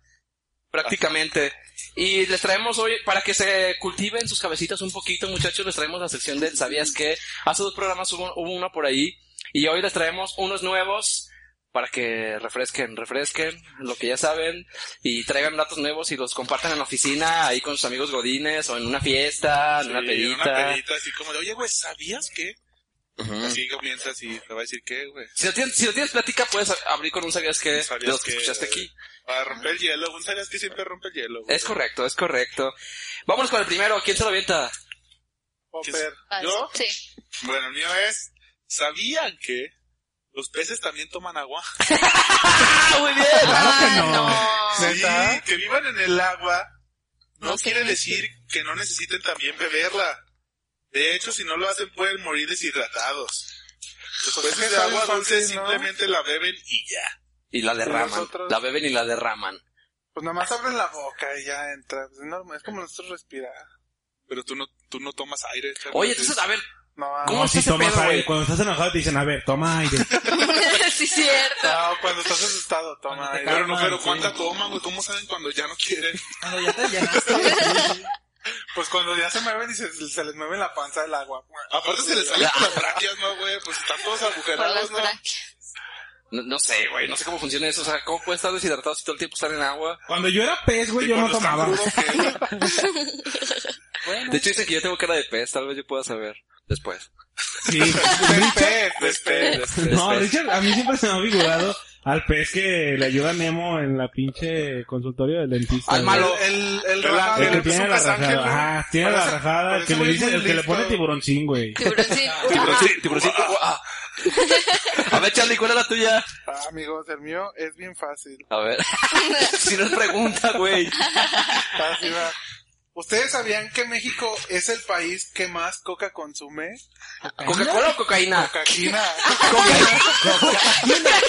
prácticamente. Y les traemos hoy para que se cultiven sus cabecitas un poquito, muchachos, les traemos la sección del ¿Sabías qué? Hace dos programas hubo, hubo una por ahí y hoy les traemos unos nuevos para que refresquen, refresquen lo que ya saben y traigan datos nuevos y los compartan en la oficina, ahí con sus amigos godines o en una fiesta, en una
Sí,
pedita.
Una pedita así como de, oye, güey, ¿sabías qué?
Ujú.
Así comienza así, te va a decir qué, güey.
Si lo tienes, si lo tienes plática, puedes ab- abrir con un sabías que
¿Sabías
de los que
qué?
escuchaste aquí.
Para romper el hielo, güey. ¿Sabías que siempre rompe el hielo, güey?
Es correcto, es correcto. Vámonos con el primero. ¿Quién se lo avienta?
Popper.
¿Yo?
Sí.
Bueno, el mío es, ¿sabían que los peces también toman agua?
*laughs* ¡Ah, muy bien!
Ah, no. *laughs*
Sí,
¿Neta?
que vivan en el agua no,
No
quiere
significa-
decir que no necesiten también beberla. De hecho, si no lo hacen pueden morir deshidratados. Los
Pues
peces
es
de agua
algo
dulce
fácil, ¿no?
simplemente la beben y ya.
Y la derraman.
Nosotros-
La beben y la derraman.
Pues nada más abren la boca y ya entra. Es, normal, es como nosotros respirar.
Pero tú no, tú no tomas aire. Charlie.
Oye, entonces, a ver,
No,
¿Cómo
No,
es
si
ese
tomas
pedo,
aire.
güey?
Cuando estás enojado te dicen, a ver,
*laughs*
toma aire.
sí, cierto.
no, cuando estás asustado, toma.
Cuando te
aire.
Pero no,
calmas,
pero
sí.
¿cuánta toman, güey? ¿Cómo saben cuando ya no quieren?
Cuando ya te llenaste.
Pues cuando ya se mueven y se, se les mueve la panza del agua.
Aparte se les salen por las braquias, ¿no, güey? Pues están todos
Por
agujerados,
las
¿no?
braquias.
no, no sé, güey, no sé cómo funciona eso. O sea, ¿cómo pueden estar deshidratados si todo el tiempo están en agua?
Cuando yo era pez, güey,
Y
yo no
cuando están
tomaba.
crudos, ¿qué?
De hecho, dicen que yo tengo cara de pez, tal vez yo pueda saber después.
Sí.
Despe, despe.
Después,
No,
después.
Richard, a mí siempre se me ha figurado al pez que le ayuda a Nemo en la pinche consultorio del dentista.
Al
güey.
malo.
El, el, el,
El
rajado,
El que
el
tiene la
Super Ángel,
rajada.
güey.
Ah, tiene la
Parece-
rajada. El
parece
que le
muy
dice, el que le
listo.
pone
*laughs*
tiburoncín, güey.
Tiburoncín.
Tiburoncín, tiburoncín. Ah. A ver, Charlie, ¿cuál es la tuya?
Ah, amigos, el mío es bien fácil.
A ver. *laughs* si no es pregunta, güey.
Fácil, va. ¿Ustedes sabían que México es el país que más coca consume?
¿Coca-Cola o
Ah.
cocaína?
Cocaína.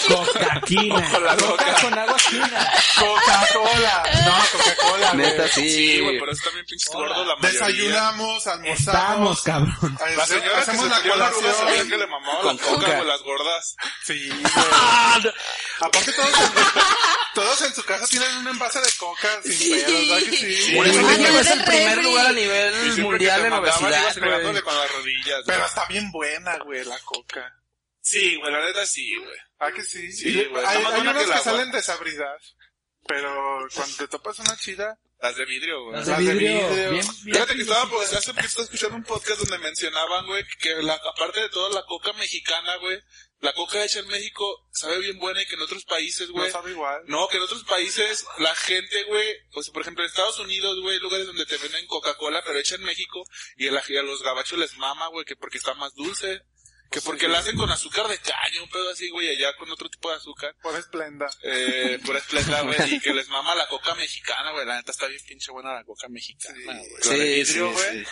Cocaquina.
Coca con agua fina.
Coca-Cola. No, Coca-Cola. güey.
Neta, sí.
Sí, güey, pero es también pinches gordos la mayoría.
Desayunamos, almorzamos.
Estamos, cabrón.
Ay,
La señora que
hacemos
se
la
metió la ruda sabía
colación.
que le mamaba
Con
la coca,
coca.
güey, las gordas.
Sí, güey.
Ah, no.
Aparte todos en, *laughs* todos en su casa tienen un envase de coca sin
Sí.
pedo, ¿verdad que sí?
Por eso
Ah,
México
no,
es el
del
primer
refri.
lugar a
Mm,
Y
nivel
siempre
mundial
que te
en
mandaban,
obesidad,
ibas pegándole
güey.
con las rodillas.
Pero
güey.
está bien buena, güey, la coca.
Sí, güey, la neta sí, güey.
¿Ah que sí?
Sí,
Y
güey,
hay
está más
hay
buena
unas
que el
que
agua.
salen desabridas. Pero cuando te topas una chida,
Las de vidrio, güey.
Las
Las
de
de
vidrio, bien-
vidrio.
bien
Fíjate que estaba, pues, hace poquito estaba escuchando un podcast donde mencionaban, güey, que la, aparte de todo la coca mexicana, güey, la coca hecha en México sabe bien buena y que en otros países,
No
güey,
sabe igual.
no, que en otros países la gente, güey, o sea, por ejemplo, en Estados Unidos, güey, hay lugares donde te venden Coca-Cola, pero hecha en México, y a, la- y a los gabachos les mama, güey, que porque está más dulce,
Pues
que porque la hacen con azúcar de caña, un pedo así, güey, allá con otro tipo de azúcar,
Por esplenda.
eh,
*laughs*
pura esplenda, güey, y que les mama la coca mexicana, güey, la neta está bien pinche buena la coca mexicana, güey. La de
Sí,
vidrio,
sí,
güey.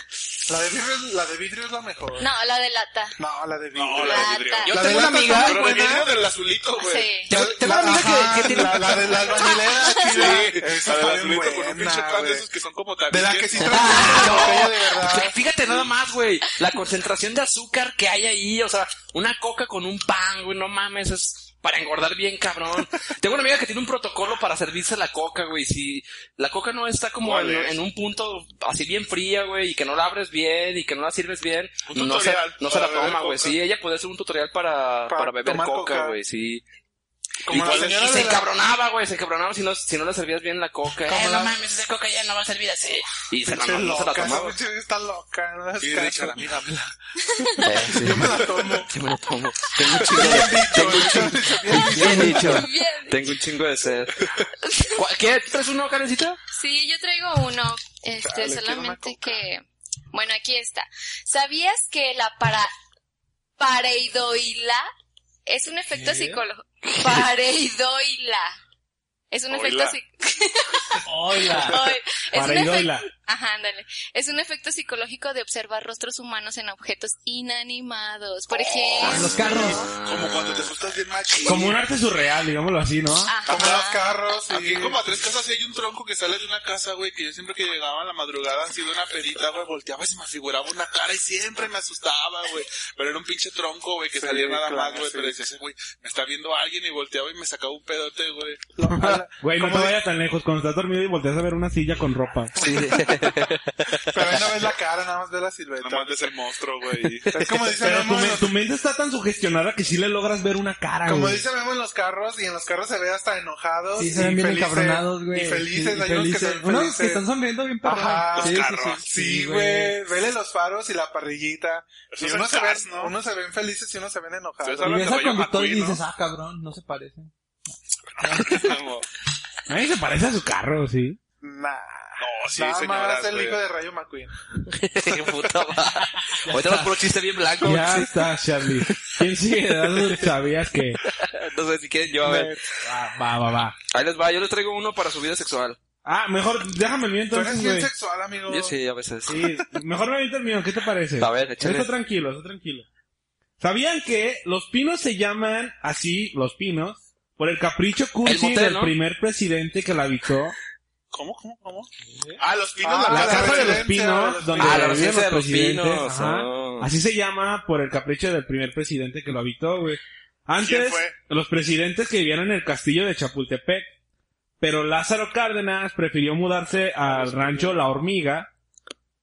La de vidrio, es- la de vidrio es la mejor.
No, la de lata.
No, la de vidrio.
No, la de vidrio.
Lata.
Yo
La
tengo una
de lata
amiga.
está
Pero
muy
el
buena.
vidrio del azulito,
Pues,
güey.
Sí.
Tengo tengo una amiga
Ajá,
que, que tiene.
la, la de la albañilera
*laughs* Sí,
*laughs* chida. Esa
eh, la
está
del
bien
azulito con un
buena,
pinche pan de
güey.
esos que son como tan
De la
*laughs*
que sí trae
Ah, no.
botella de verdad.
Fíjate nada más, güey. La concentración de azúcar que hay ahí. O sea, una coca con un pan, güey. No mames, es para engordar bien,
*laughs*
cabrón. Tengo una amiga que tiene un protocolo para servirse la coca, güey. Si la coca no está como en,
¿Cuál es?
en un punto así bien fría, güey, y que no la abres bien y que no la sirves bien,
Un
no se,
tutorial
no se la
para beber
toma, güey.
coca.
Sí, ella puede hacer un tutorial para,
Para
para beber
tomar coca.
coca, güey. Sí. y
Como la
cuando-
señora
y
de
se
la-
encabronaba, güey, se encabronaba si no, si no le servías bien la coca. Eh, no mames, esa coca ya no va a servir así. Y se la,
Pinche
no se la
loca, esa
tomaba.
pinche está loca. No es
Y
caso.
Richard, amiga, habla.
Yo me la tomo. Yo me la tomo. Tengo un chingo de *laughs* Tengo un chingo, bien dicho.
Bien.
Tengo un chingo de sed. ¿Cuál- ¿Qué? ¿Tú traes uno, Karencita?
Sí, yo traigo uno, este,
Chale, quiero
solamente
una
que, bueno, aquí está. ¿Sabías que la para, pareidoila es un efecto psicológico? Pareidoila. Es un
Oila.
efecto psicológico. *laughs*
Hola.
Es un
Pareidoila.
efecto- Ajá, ándale. Es un efecto psicológico de observar rostros humanos en objetos inanimados. Por
En
ejemplo.
Ah, los carros.
Como cuando te asustas bien machi.
Como un arte surreal, digámoslo así, ¿no?
Como los
Ajá.
carros.
Aquí
Y...
como a tres casas sí hay un tronco que sale de una casa, güey, que yo siempre que llegaba a la madrugada así de una pedita, güey, volteaba y se me figuraba una cara y siempre me asustaba, güey. Pero era un pinche tronco, güey, que
Sí,
salía nada
claro,
más, güey,
sí.
pero decía ese güey, me está viendo alguien y volteaba y me sacaba un pedote, güey.
Güey, no te
¿Cómo
vayas tan lejos. Cuando estás dormido y volteas a ver una silla con ropa.
Pero ahí no ves la cara, nada más ves la silueta.
Nada más ves el monstruo, *laughs* güey.
Es como dice
Pero tu,
Memo en
men-
los-
tu mente está tan sugestionada que sí le logras ver una cara,
Como
güey.
dice Memo en los carros, y en los carros se ve hasta enojados.
Sí, se ven
y
bien
felices,
encabronados, güey.
Y
Sí,
felices,
y
hay unos que se ven
felices. Unos que
felices.
están sonriendo bien
Ajá,
perrón.
los
Sí, sí,
carros.
sí.
Sí, güey. Vele los faros y la parrillita.
Eso
Y
es
uno
el
se, ven,
Cars, ¿no?
uno se ven felices y uno se ven enojados.
Sí,
Y
Hablan
ves
de
al
Rayo
conductor y
McQueen, ¿no?
dices, ah, cabrón, no se parece.
*laughs* Como,
A mí se parece a su carro, sí.
Nah.
no, sí,
Nada
señoras,
más el
güey.
hijo de Rayo McQueen.
*laughs* Qué puta madre. Ahorita los puro chiste bien blanco.
Ya está, Charlie. ¿Quién sigue dando
*laughs*
sabías que?
No sé si quieren yo, a ver.
Va, va, va, va.
Ahí les va, yo les traigo uno para su vida sexual.
Ah, mejor déjame el mío
Tú eres
entonces,
bien
güey.
sexual, amigo.
Yo sí, a veces.
Sí, mejor me aviento el mío, ¿qué te parece?
A ver, échale.
Está tranquilo, está tranquilo. ¿Sabían que los pinos se llaman así, los pinos, por el capricho cursi
El motel,
del
¿no?
primer presidente que la habitó?
¿Cómo, cómo, cómo? Ah, los pinos,
Ah,
la
¿Eh? la,
casa.
casa de los
residencia de
pinos,
los
donde
pinos.
Ah, la
vivían
residencia de los
presidentes,
pinos,
ajá.
oh.
Así se llama por el capricho del primer presidente que lo habitó, güey.
¿Quién
Antes,
fue?
los presidentes que vivían en el castillo de Chapultepec, pero Lázaro Cárdenas prefirió mudarse al rancho La Hormiga,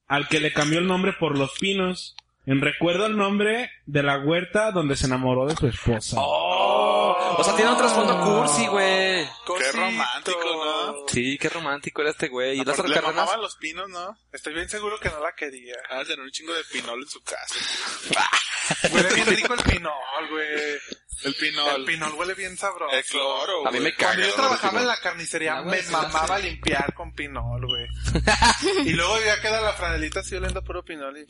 al que le cambió el nombre por Los Pinos, en recuerdo al nombre de la huerta donde se enamoró de su esposa.
Oh, o sea, tiene un trasfondo cursi, güey.
Qué romántico, ¿no?
Sí, qué romántico era este güey. Y Lázaro
Le
Cárdenas.
mamaban los pinos, ¿no?
Estoy bien seguro que no la quería.
Ah, tener un chingo de pinol en su casa.
Huele bien rico el pinol, güey.
El
El
pinol. El,
pinol huele bien sabroso.
cloro,
A mí
güey.
me caga.
Cuando yo
¿no?
trabajaba
Los
en la carnicería,
La
me
huele,
mamaba limpiar con pinol,
*laughs*
güey. y luego ya queda la franelita así oliendo puro pinol y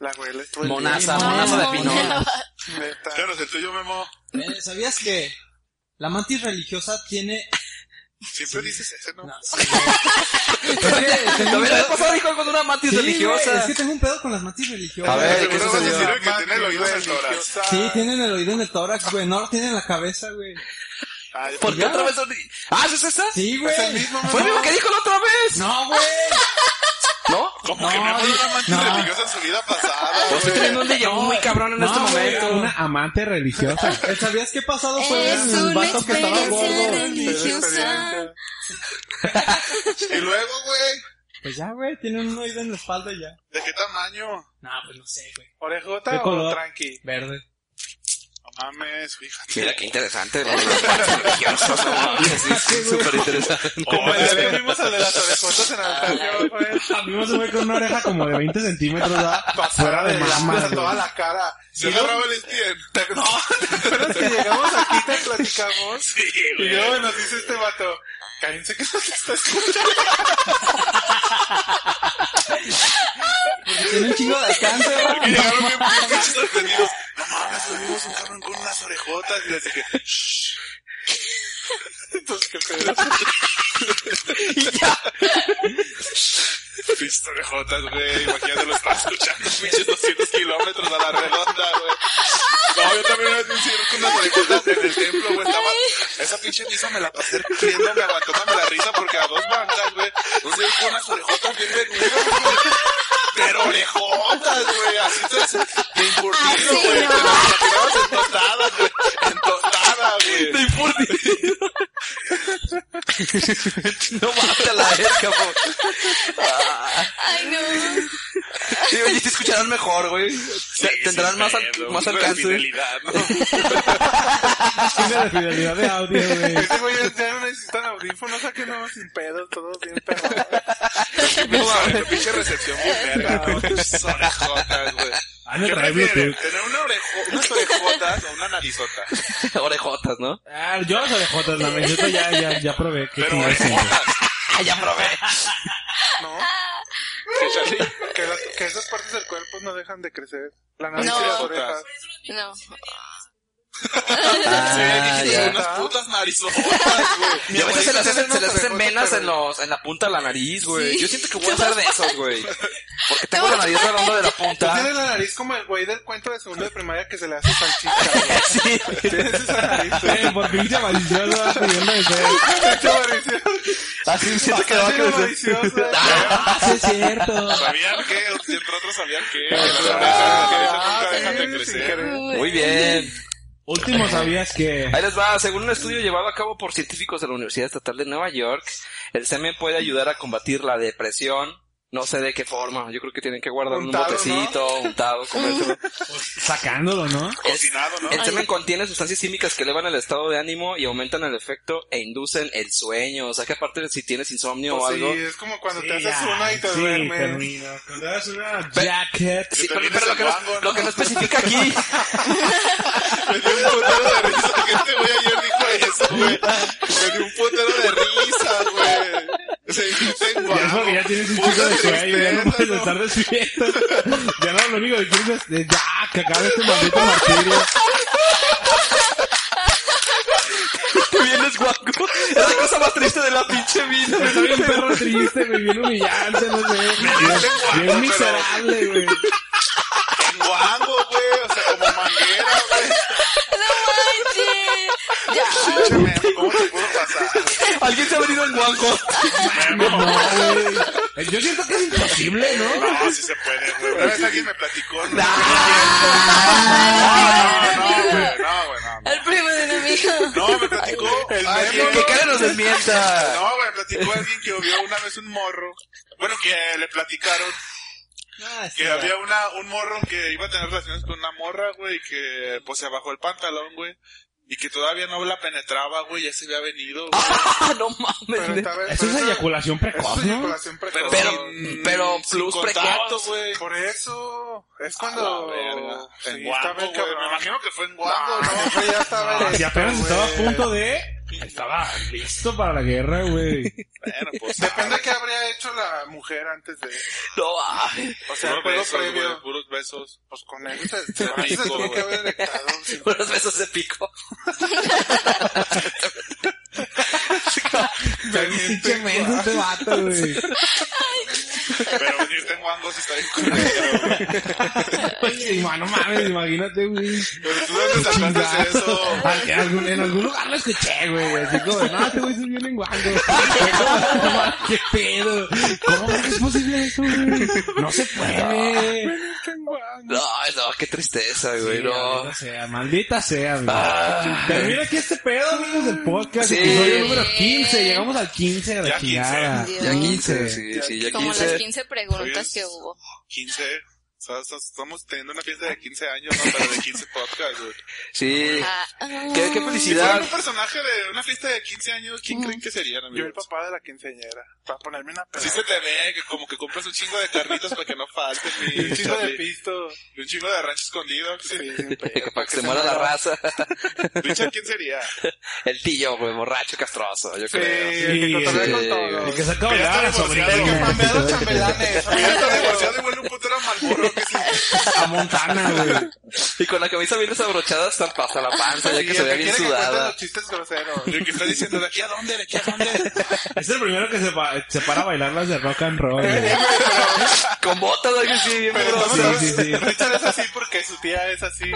la huele. todo el día.
Monaza,
No,
monaza de
no,
pinol.
Neta.
Claro, es el tuyo, Memo.
Eh, ¿Sabías que la mantis religiosa tiene...
Siempre dices ese, ¿no?
No, sí, güey. Es que tengo un
También le
pedo-
ha pasado hijo con una mantis
Sí, güey,
religiosa.
es que tengo un pedo con las mantis religiosas.
A ver, ¿qué
Seguro vas a
sucedió?
decir el que tiene el oído en el tórax.
Sí, tienen el oído en el tórax, güey. No lo tienen en la cabeza, güey.
Ay,
¿Por qué
Ya.
otra vez? son- Ah, ¿es esa?
Sí, güey.
Fue lo mismo que dijo la otra vez.
No, güey.
¿No?
¿Cómo
No,
que no fue
di-
una mancha
no.
religiosa en su vida pasada?
Yo estoy
güey?
teniendo un déjà vu muy cabrón en este
No, güey,
momento.
Una amante religiosa.
Eh, ¿Sabías qué pasado fue
Es
el
una
vato que estaba
experiencia
gordo?
religiosa.
Y luego, güey,
Pues ya, güey. Tienen un oído en la espalda y ya.
¿de qué tamaño?
No, pues no sé, güey.
¿Orejota
¿De
o
color?
tranqui?
Verde.
mames, fíjate.
Mira qué interesante. ¿no? Religiosos, no *laughs* mames, Súper interesante.
Oh,
Como el día que vimos al de las orejotas en Antonio, güey.
Vimos un güey con una oreja como de 20 centímetros, ¿verdad? Fuera de
Hasta
mamá.
toda la cara.
Se
Y
lo
luego-
grabó el tiempo.
*laughs* No, ¿te acuerdas que llegamos aquí, te platicamos?
Sí,
Y
güey.
luego nos dice este vato, cállense que no te está escuchando.
Tiene un chingo de alcance, ¿verdad?
Y llegaron bien bien sorprendidos. No mames, lo vimos un cabrón con unas orejotas. Y les dije, shh.
Entonces, ¿qué pedo?
Pinches orejotas, güey. Imagínate, lo estaba escuchando. Pinches 200 kilómetros a la redonda, güey. No, yo también una vez me hicieron con unas orejotas en el templo, güey. Estaba... Esa pinche misa me la pasé riendo, me aguantó también la risa porque a dos bancas, güey. No sé, con unas orejotas bien venudas, güey. Pero orejotas, güey. Así te te impurdino,
Así
güey. Te
no.
las tirabas en tostadas, güey. En tostadas, güey.
Te importa. no mames a la verga, po.
Ay, no.
Sí, oye, te escucharán mejor, güey. Te- Tendrán más, al- más alcance.
Tiene la fidelidad de audio, güey.
Este güey ya no necesitan audífonos, aquí no, sin pedos, todos
*laughs*
bien perros.
No, mames, tu pinche recepción muy verga, ¿no? Tus orejotas, güey.
Ah, no
¿Qué
trae
prefieren?
Bluetooth.
¿Tener una orejo, unas orejotas o una narizota?
Orejotas, ¿no?
Ah, yo las orejotas, la meseta ya, ya, ya probé. que
Pero
tiene cinco.
orejotas.
Ah, ya probé.
No,
Que Charlie-
que, las, que esas partes del cuerpo no dejan de crecer. La nariz
No.
y las orejas.
No.
Ah,
Sí,
ya.
unas putas narizotas,
*laughs*
güey.
Y a veces se las hacen, se las hacen venas en,
los...
los, en la punta de la nariz, güey.
Sí.
Yo siento que voy a hacer de esos, güey. Porque tengo la nariz redonda de la
Tú
punta.
*laughs* tienes la nariz como el güey del cuento de segundo de primaria que se le hace salchicha, güey.
*laughs* Sí.
Tienes esa nariz,
Güey,
güey.
Eh, por pinche malicioso, vas pidiendo de ser.
Pinche
*laughs*
malicioso.
Así siento que va a
Así de
crecer.
malicioso, güey.
Ah, sí, es cierto.
¿Sabían que? Entre otros sabían que. que las orejas que dicen nunca
Ah, sí,
dejan de
sin
crecer.
querer.
Muy bien.
Último, ¿sabías que?
Ahí les va. Según un estudio llevado a cabo por científicos de la Universidad Estatal de Nueva York, el semen puede ayudar a combatir la depresión. No sé de qué forma. Yo creo que tienen que guardarlo en un
Untado,
botecito, untado, comérselo.
Pues, Sacándolo, ¿no?
Cocinado, ¿no?
El semen contiene sustancias químicas que elevan el estado de ánimo y aumentan el efecto e inducen el sueño. O sea que aparte de si tienes insomnio o
Pues
algo.
sí, es como cuando te
Sí,
haces
ya,
una y te
sí,
duermes.
termina. Cuando te haces una
Pe-
jacket.
Sí,
Te
pero,
terminas
pero lo, que
el
no,
guango,
lo que no especifica aquí. *laughs*
Me dio un putero de risa que este güey ayer dijo eso, güey. Me dio un putero de risa, güey. Se dijiste
Ya es porque ya tienes un chico de cuello, ya
*laughs*
no puedes estar despierto. Ya no, lo único que quieres es, es ya, que acabe este maldito martirio.
Qué bien es guango. Es la cosa más triste de la pinche vida.
Está bien perro triste, güey, bien humillante, no sé. Bien, bien miserable, güey.
Guango, güey. O sea, como manguera, güey.
No manches. Ya.
Pinche men, ¿Cómo te pudo pasar?
Alguien se ha venido en guango.
No, güey. Eh, Yo siento que es imposible, ¿no?
No, sí se puede, güey. Una vez alguien me platicó. No, no,
Ah.
no, güey, no, güey, no.
El primo de mi amigo.
No, me platicó alguien.
Que cara nos desmienta.
No, güey, me platicó alguien que vio una vez un morro. Bueno, que le platicaron que había una, un morro que iba a tener relaciones con una morra, güey, y que pues se bajó el pantalón, güey. Y que todavía no la penetraba, güey, ya se había venido, güey.
Ah, no
*laughs*
Pero
mames.
está
Eso
bien,
es
pero eso-
eyaculación
eso
precoz,
es
¿no?
eyaculación precoz.
Pero,
sin-
pero
sin
plus
contacto,
precoz.
güey.
Por eso, es
Cuando-
cuando... Sí,
En
está
Guango,
bien
güey.
cabrón.
Me imagino que fue
No,
en Guango, ¿no?
no,
*laughs*
güey, ya estaba...
Si
listo,
apenas estaba a
güey.
punto de... Estaba listo para la guerra, güey.
Bueno, pues.
Depende de qué habría hecho la mujer antes de...
No, ay. *laughs*
O sea, el
puros
juego
besos,
previo.
güey, puros besos.
Pues con él se, se,
Rico,
se tiene que
güey.
haber erectado. sí.
Unos besos de pico.
Pinche menso este vato, güey.
Pero venirte en Wango sí está bien culero, güey.
Oye, y, Pues, ma, no mames, imagínate, güey.
Pero tú dónde sacaste eso.
Al- En algún, en algún lugar lo escuché, güey, güey. Así como, no, este güey es bien lenguaje. *laughs* ¿Qué pedo? ¿Cómo es posible eso, güey? No se puede.
No, no, qué tristeza, güey. No.
Maldita sea, maldita sea, güey.
Ah.
Termina aquí este pedo, amigos del podcast.
Sí.
Episodio número 15. Llegamos al 15 a la
Ya 15.
chingada.
Dios.
Ya 15, sí, sí,
*laughs*
ya
Como las
15.
15 preguntas que hubo.
15. O sea, so- estamos teniendo una fiesta de 15 años, ¿no? Pero de 15 podcast, güey.
Sí.
Ah,
¿Qué,
ah.
qué
Si fuera
felicidad.
un personaje de una fiesta de 15 años, ¿quién creen que serían,
Yo el
amigos?
papá de la quinceañera. Para ponerme una
Así
peda.
se te ve, que como que compras un chingo de carritos para que no falte
Y un
mi
chingo de
Charlie.
pisto.
Y un chingo de rancho escondido. Sí.
Para que se muera la raza. *laughs*
Richard, ¿quién sería?
El tío, güey, borracho castroso, yo
Sí,
creo.
el que cotorrea con
Sí.
todos.
El que saca a bailar a la sobrina.
divorciado,
güey.
mamá.
Cambiado *laughs* chambelanes.
Mira, está divorciado y vuelve un putero malboro que sí.
A Montana, güey.
Y con la camisa bien desabrochada hasta, hasta la panza, ya
Sí,
que
el
se
que
ve bien
quiere que cuente
sudada.
los chistes groseros.
Y el que está diciendo, ¿de aquí a dónde? ¿De aquí a dónde?
Es el primero que se, pa- se para a bailar las de rock and roll, güey.
Eh, Con botas, algo así, bien
Pero no
verdoso.
sabes,
sí,
*laughs*
sí.
Richard es así porque su tía es así.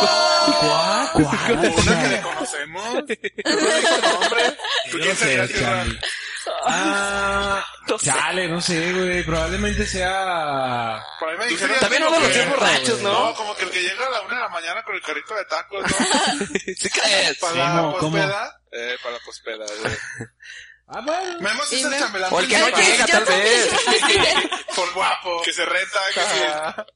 ¿Cuá? ¿Cuá?
Como una que le conocemos.
*laughs*
Pero no dijo nombre.
Yo
¿Tú
no
quién
sé,
serías, Iván?
Charlie. Ah, chale, no sé, güey. Probablemente sea...
Por ahí me
Tú
dijeron.
serías
También uno de los tíos borrachos,
No,
¿no?
como que el que llega a la una de la mañana con el carrito de tacos, ¿no?
¿Sí crees?
Para
Sí,
la
no, ¿cómo?
pospeda.
Eh, para la pospeda, güey.
Ah, bueno.
Memo sí
*laughs*
es el chambelán.
O el que no
principal.
llega, tal vez.
Por guapo.
Que se renta, que sí.
Ajá.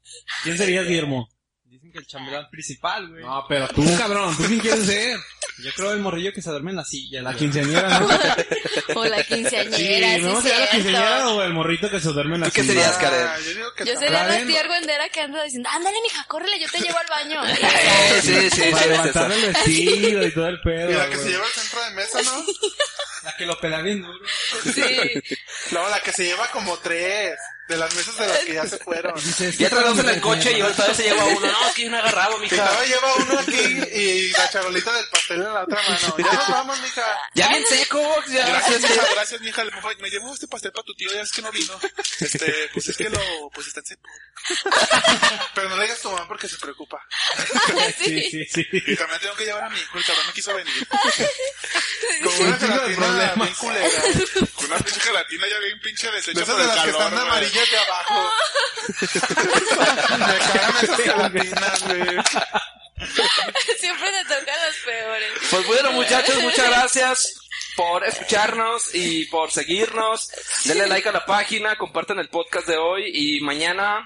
¿Quién serías, Guillermo?
Dicen que el chambelán principal, güey.
No, pero tú, cabrón. ¿Tú quién quieres ser?
Yo creo el morrillo que se duerme en la silla.
La
güey.
*laughs*
quinceañera, ¿no?
O la quinceañera, sí,
¿no? ¿Sería la
cierto.
quinceañera o el morrito que se duerme en la
¿Tú qué
silla?
serías, Karen?
Ah, Yo digo que
Yo
no.
sería la
Karen.
tía argüendera que anda diciendo, ándale, mija, córrele, yo te llevo al baño.
Sí, sí, sí,
Para
sí, eres esa.
levantar el vestido y todo el pedo,
Y la que se
güey.
lleva al centro de mesa,
*laughs*
¿no?
La que lo pela bien duro.
Sí. *laughs*
No, la que se lleva como tres de las mesas de las que ya se
*laughs*
fueron.
Dices,
Ya trae dos en el coche y otra vez se lleva uno. No, es que yo no he agarrado,
Que cada
mija.
vez lleva uno aquí y la charolita del pastel en la otra mano. Ya nos vamos, mija.
Ya bien seco, ya.
*laughs* Gracias, mija, gracias, mija. Le- ay, Me llevo este pastel para tu tío, ya es que no vino. Este, pues es que lo, pues está en seco.
Pero no le digas a tu mamá porque se preocupa.
Sí, sí, sí.
Y también tengo que llevar a mi hijo, el cabrón no quiso venir.
Como una
Un chingo de
gelatina
problemas.
bien culera.
Con una pinche gelatina ya bien pinche
De
deshecha
esas
por
de
el
las que
calor,
están
güey.
amarillas de *laughs* abajo. Me cagan esas gelatinas, güey.
Siempre te tocan los peores.
Pues bueno, muchachos, muchas gracias por escucharnos y por seguirnos. Denle like a la página, compartan el podcast de hoy y mañana.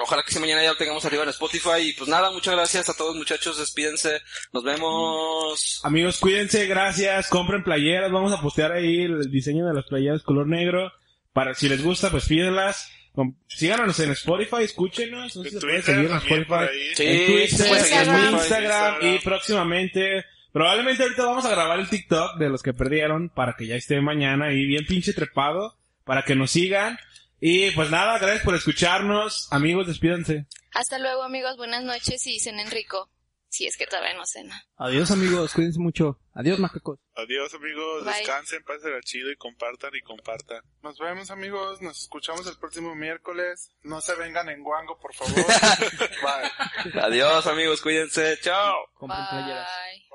Ojalá que si mañana ya lo tengamos arriba en Spotify. Y pues nada, muchas gracias a todos muchachos, despídense. Nos vemos.
Amigos, cuídense, gracias. Compren playeras. Vamos a postear ahí el diseño de las playeras color negro. Para si les gusta, pues pídenlas. Com- Síganos en Spotify, escúchenos. No sé si
En
se puede
Twitter
seguir en
también por
Spotify.
ahí.
En
se puede
Twitter,
seguir pues, en
en
Spotify,
Instagram y
Instagram.
próximamente. Probablemente ahorita vamos a grabar el TikTok de los que perdieron para que ya esté mañana ahí bien pinche trepado para que nos sigan. Y pues nada, gracias por escucharnos. Amigos, despídanse.
Hasta luego, amigos, buenas noches y cenen rico. Si es que todavía no cena.
Adiós, amigos. Cuídense mucho. Adiós, macacos.
Adiós, amigos.
Bye.
Descansen, pásenla chido y compartan y compartan.
Nos vemos, amigos. Nos escuchamos el próximo miércoles. No se vengan en *laughs* guango, por favor. Bye.
Adiós amigos, cuídense. Chao.
Bye.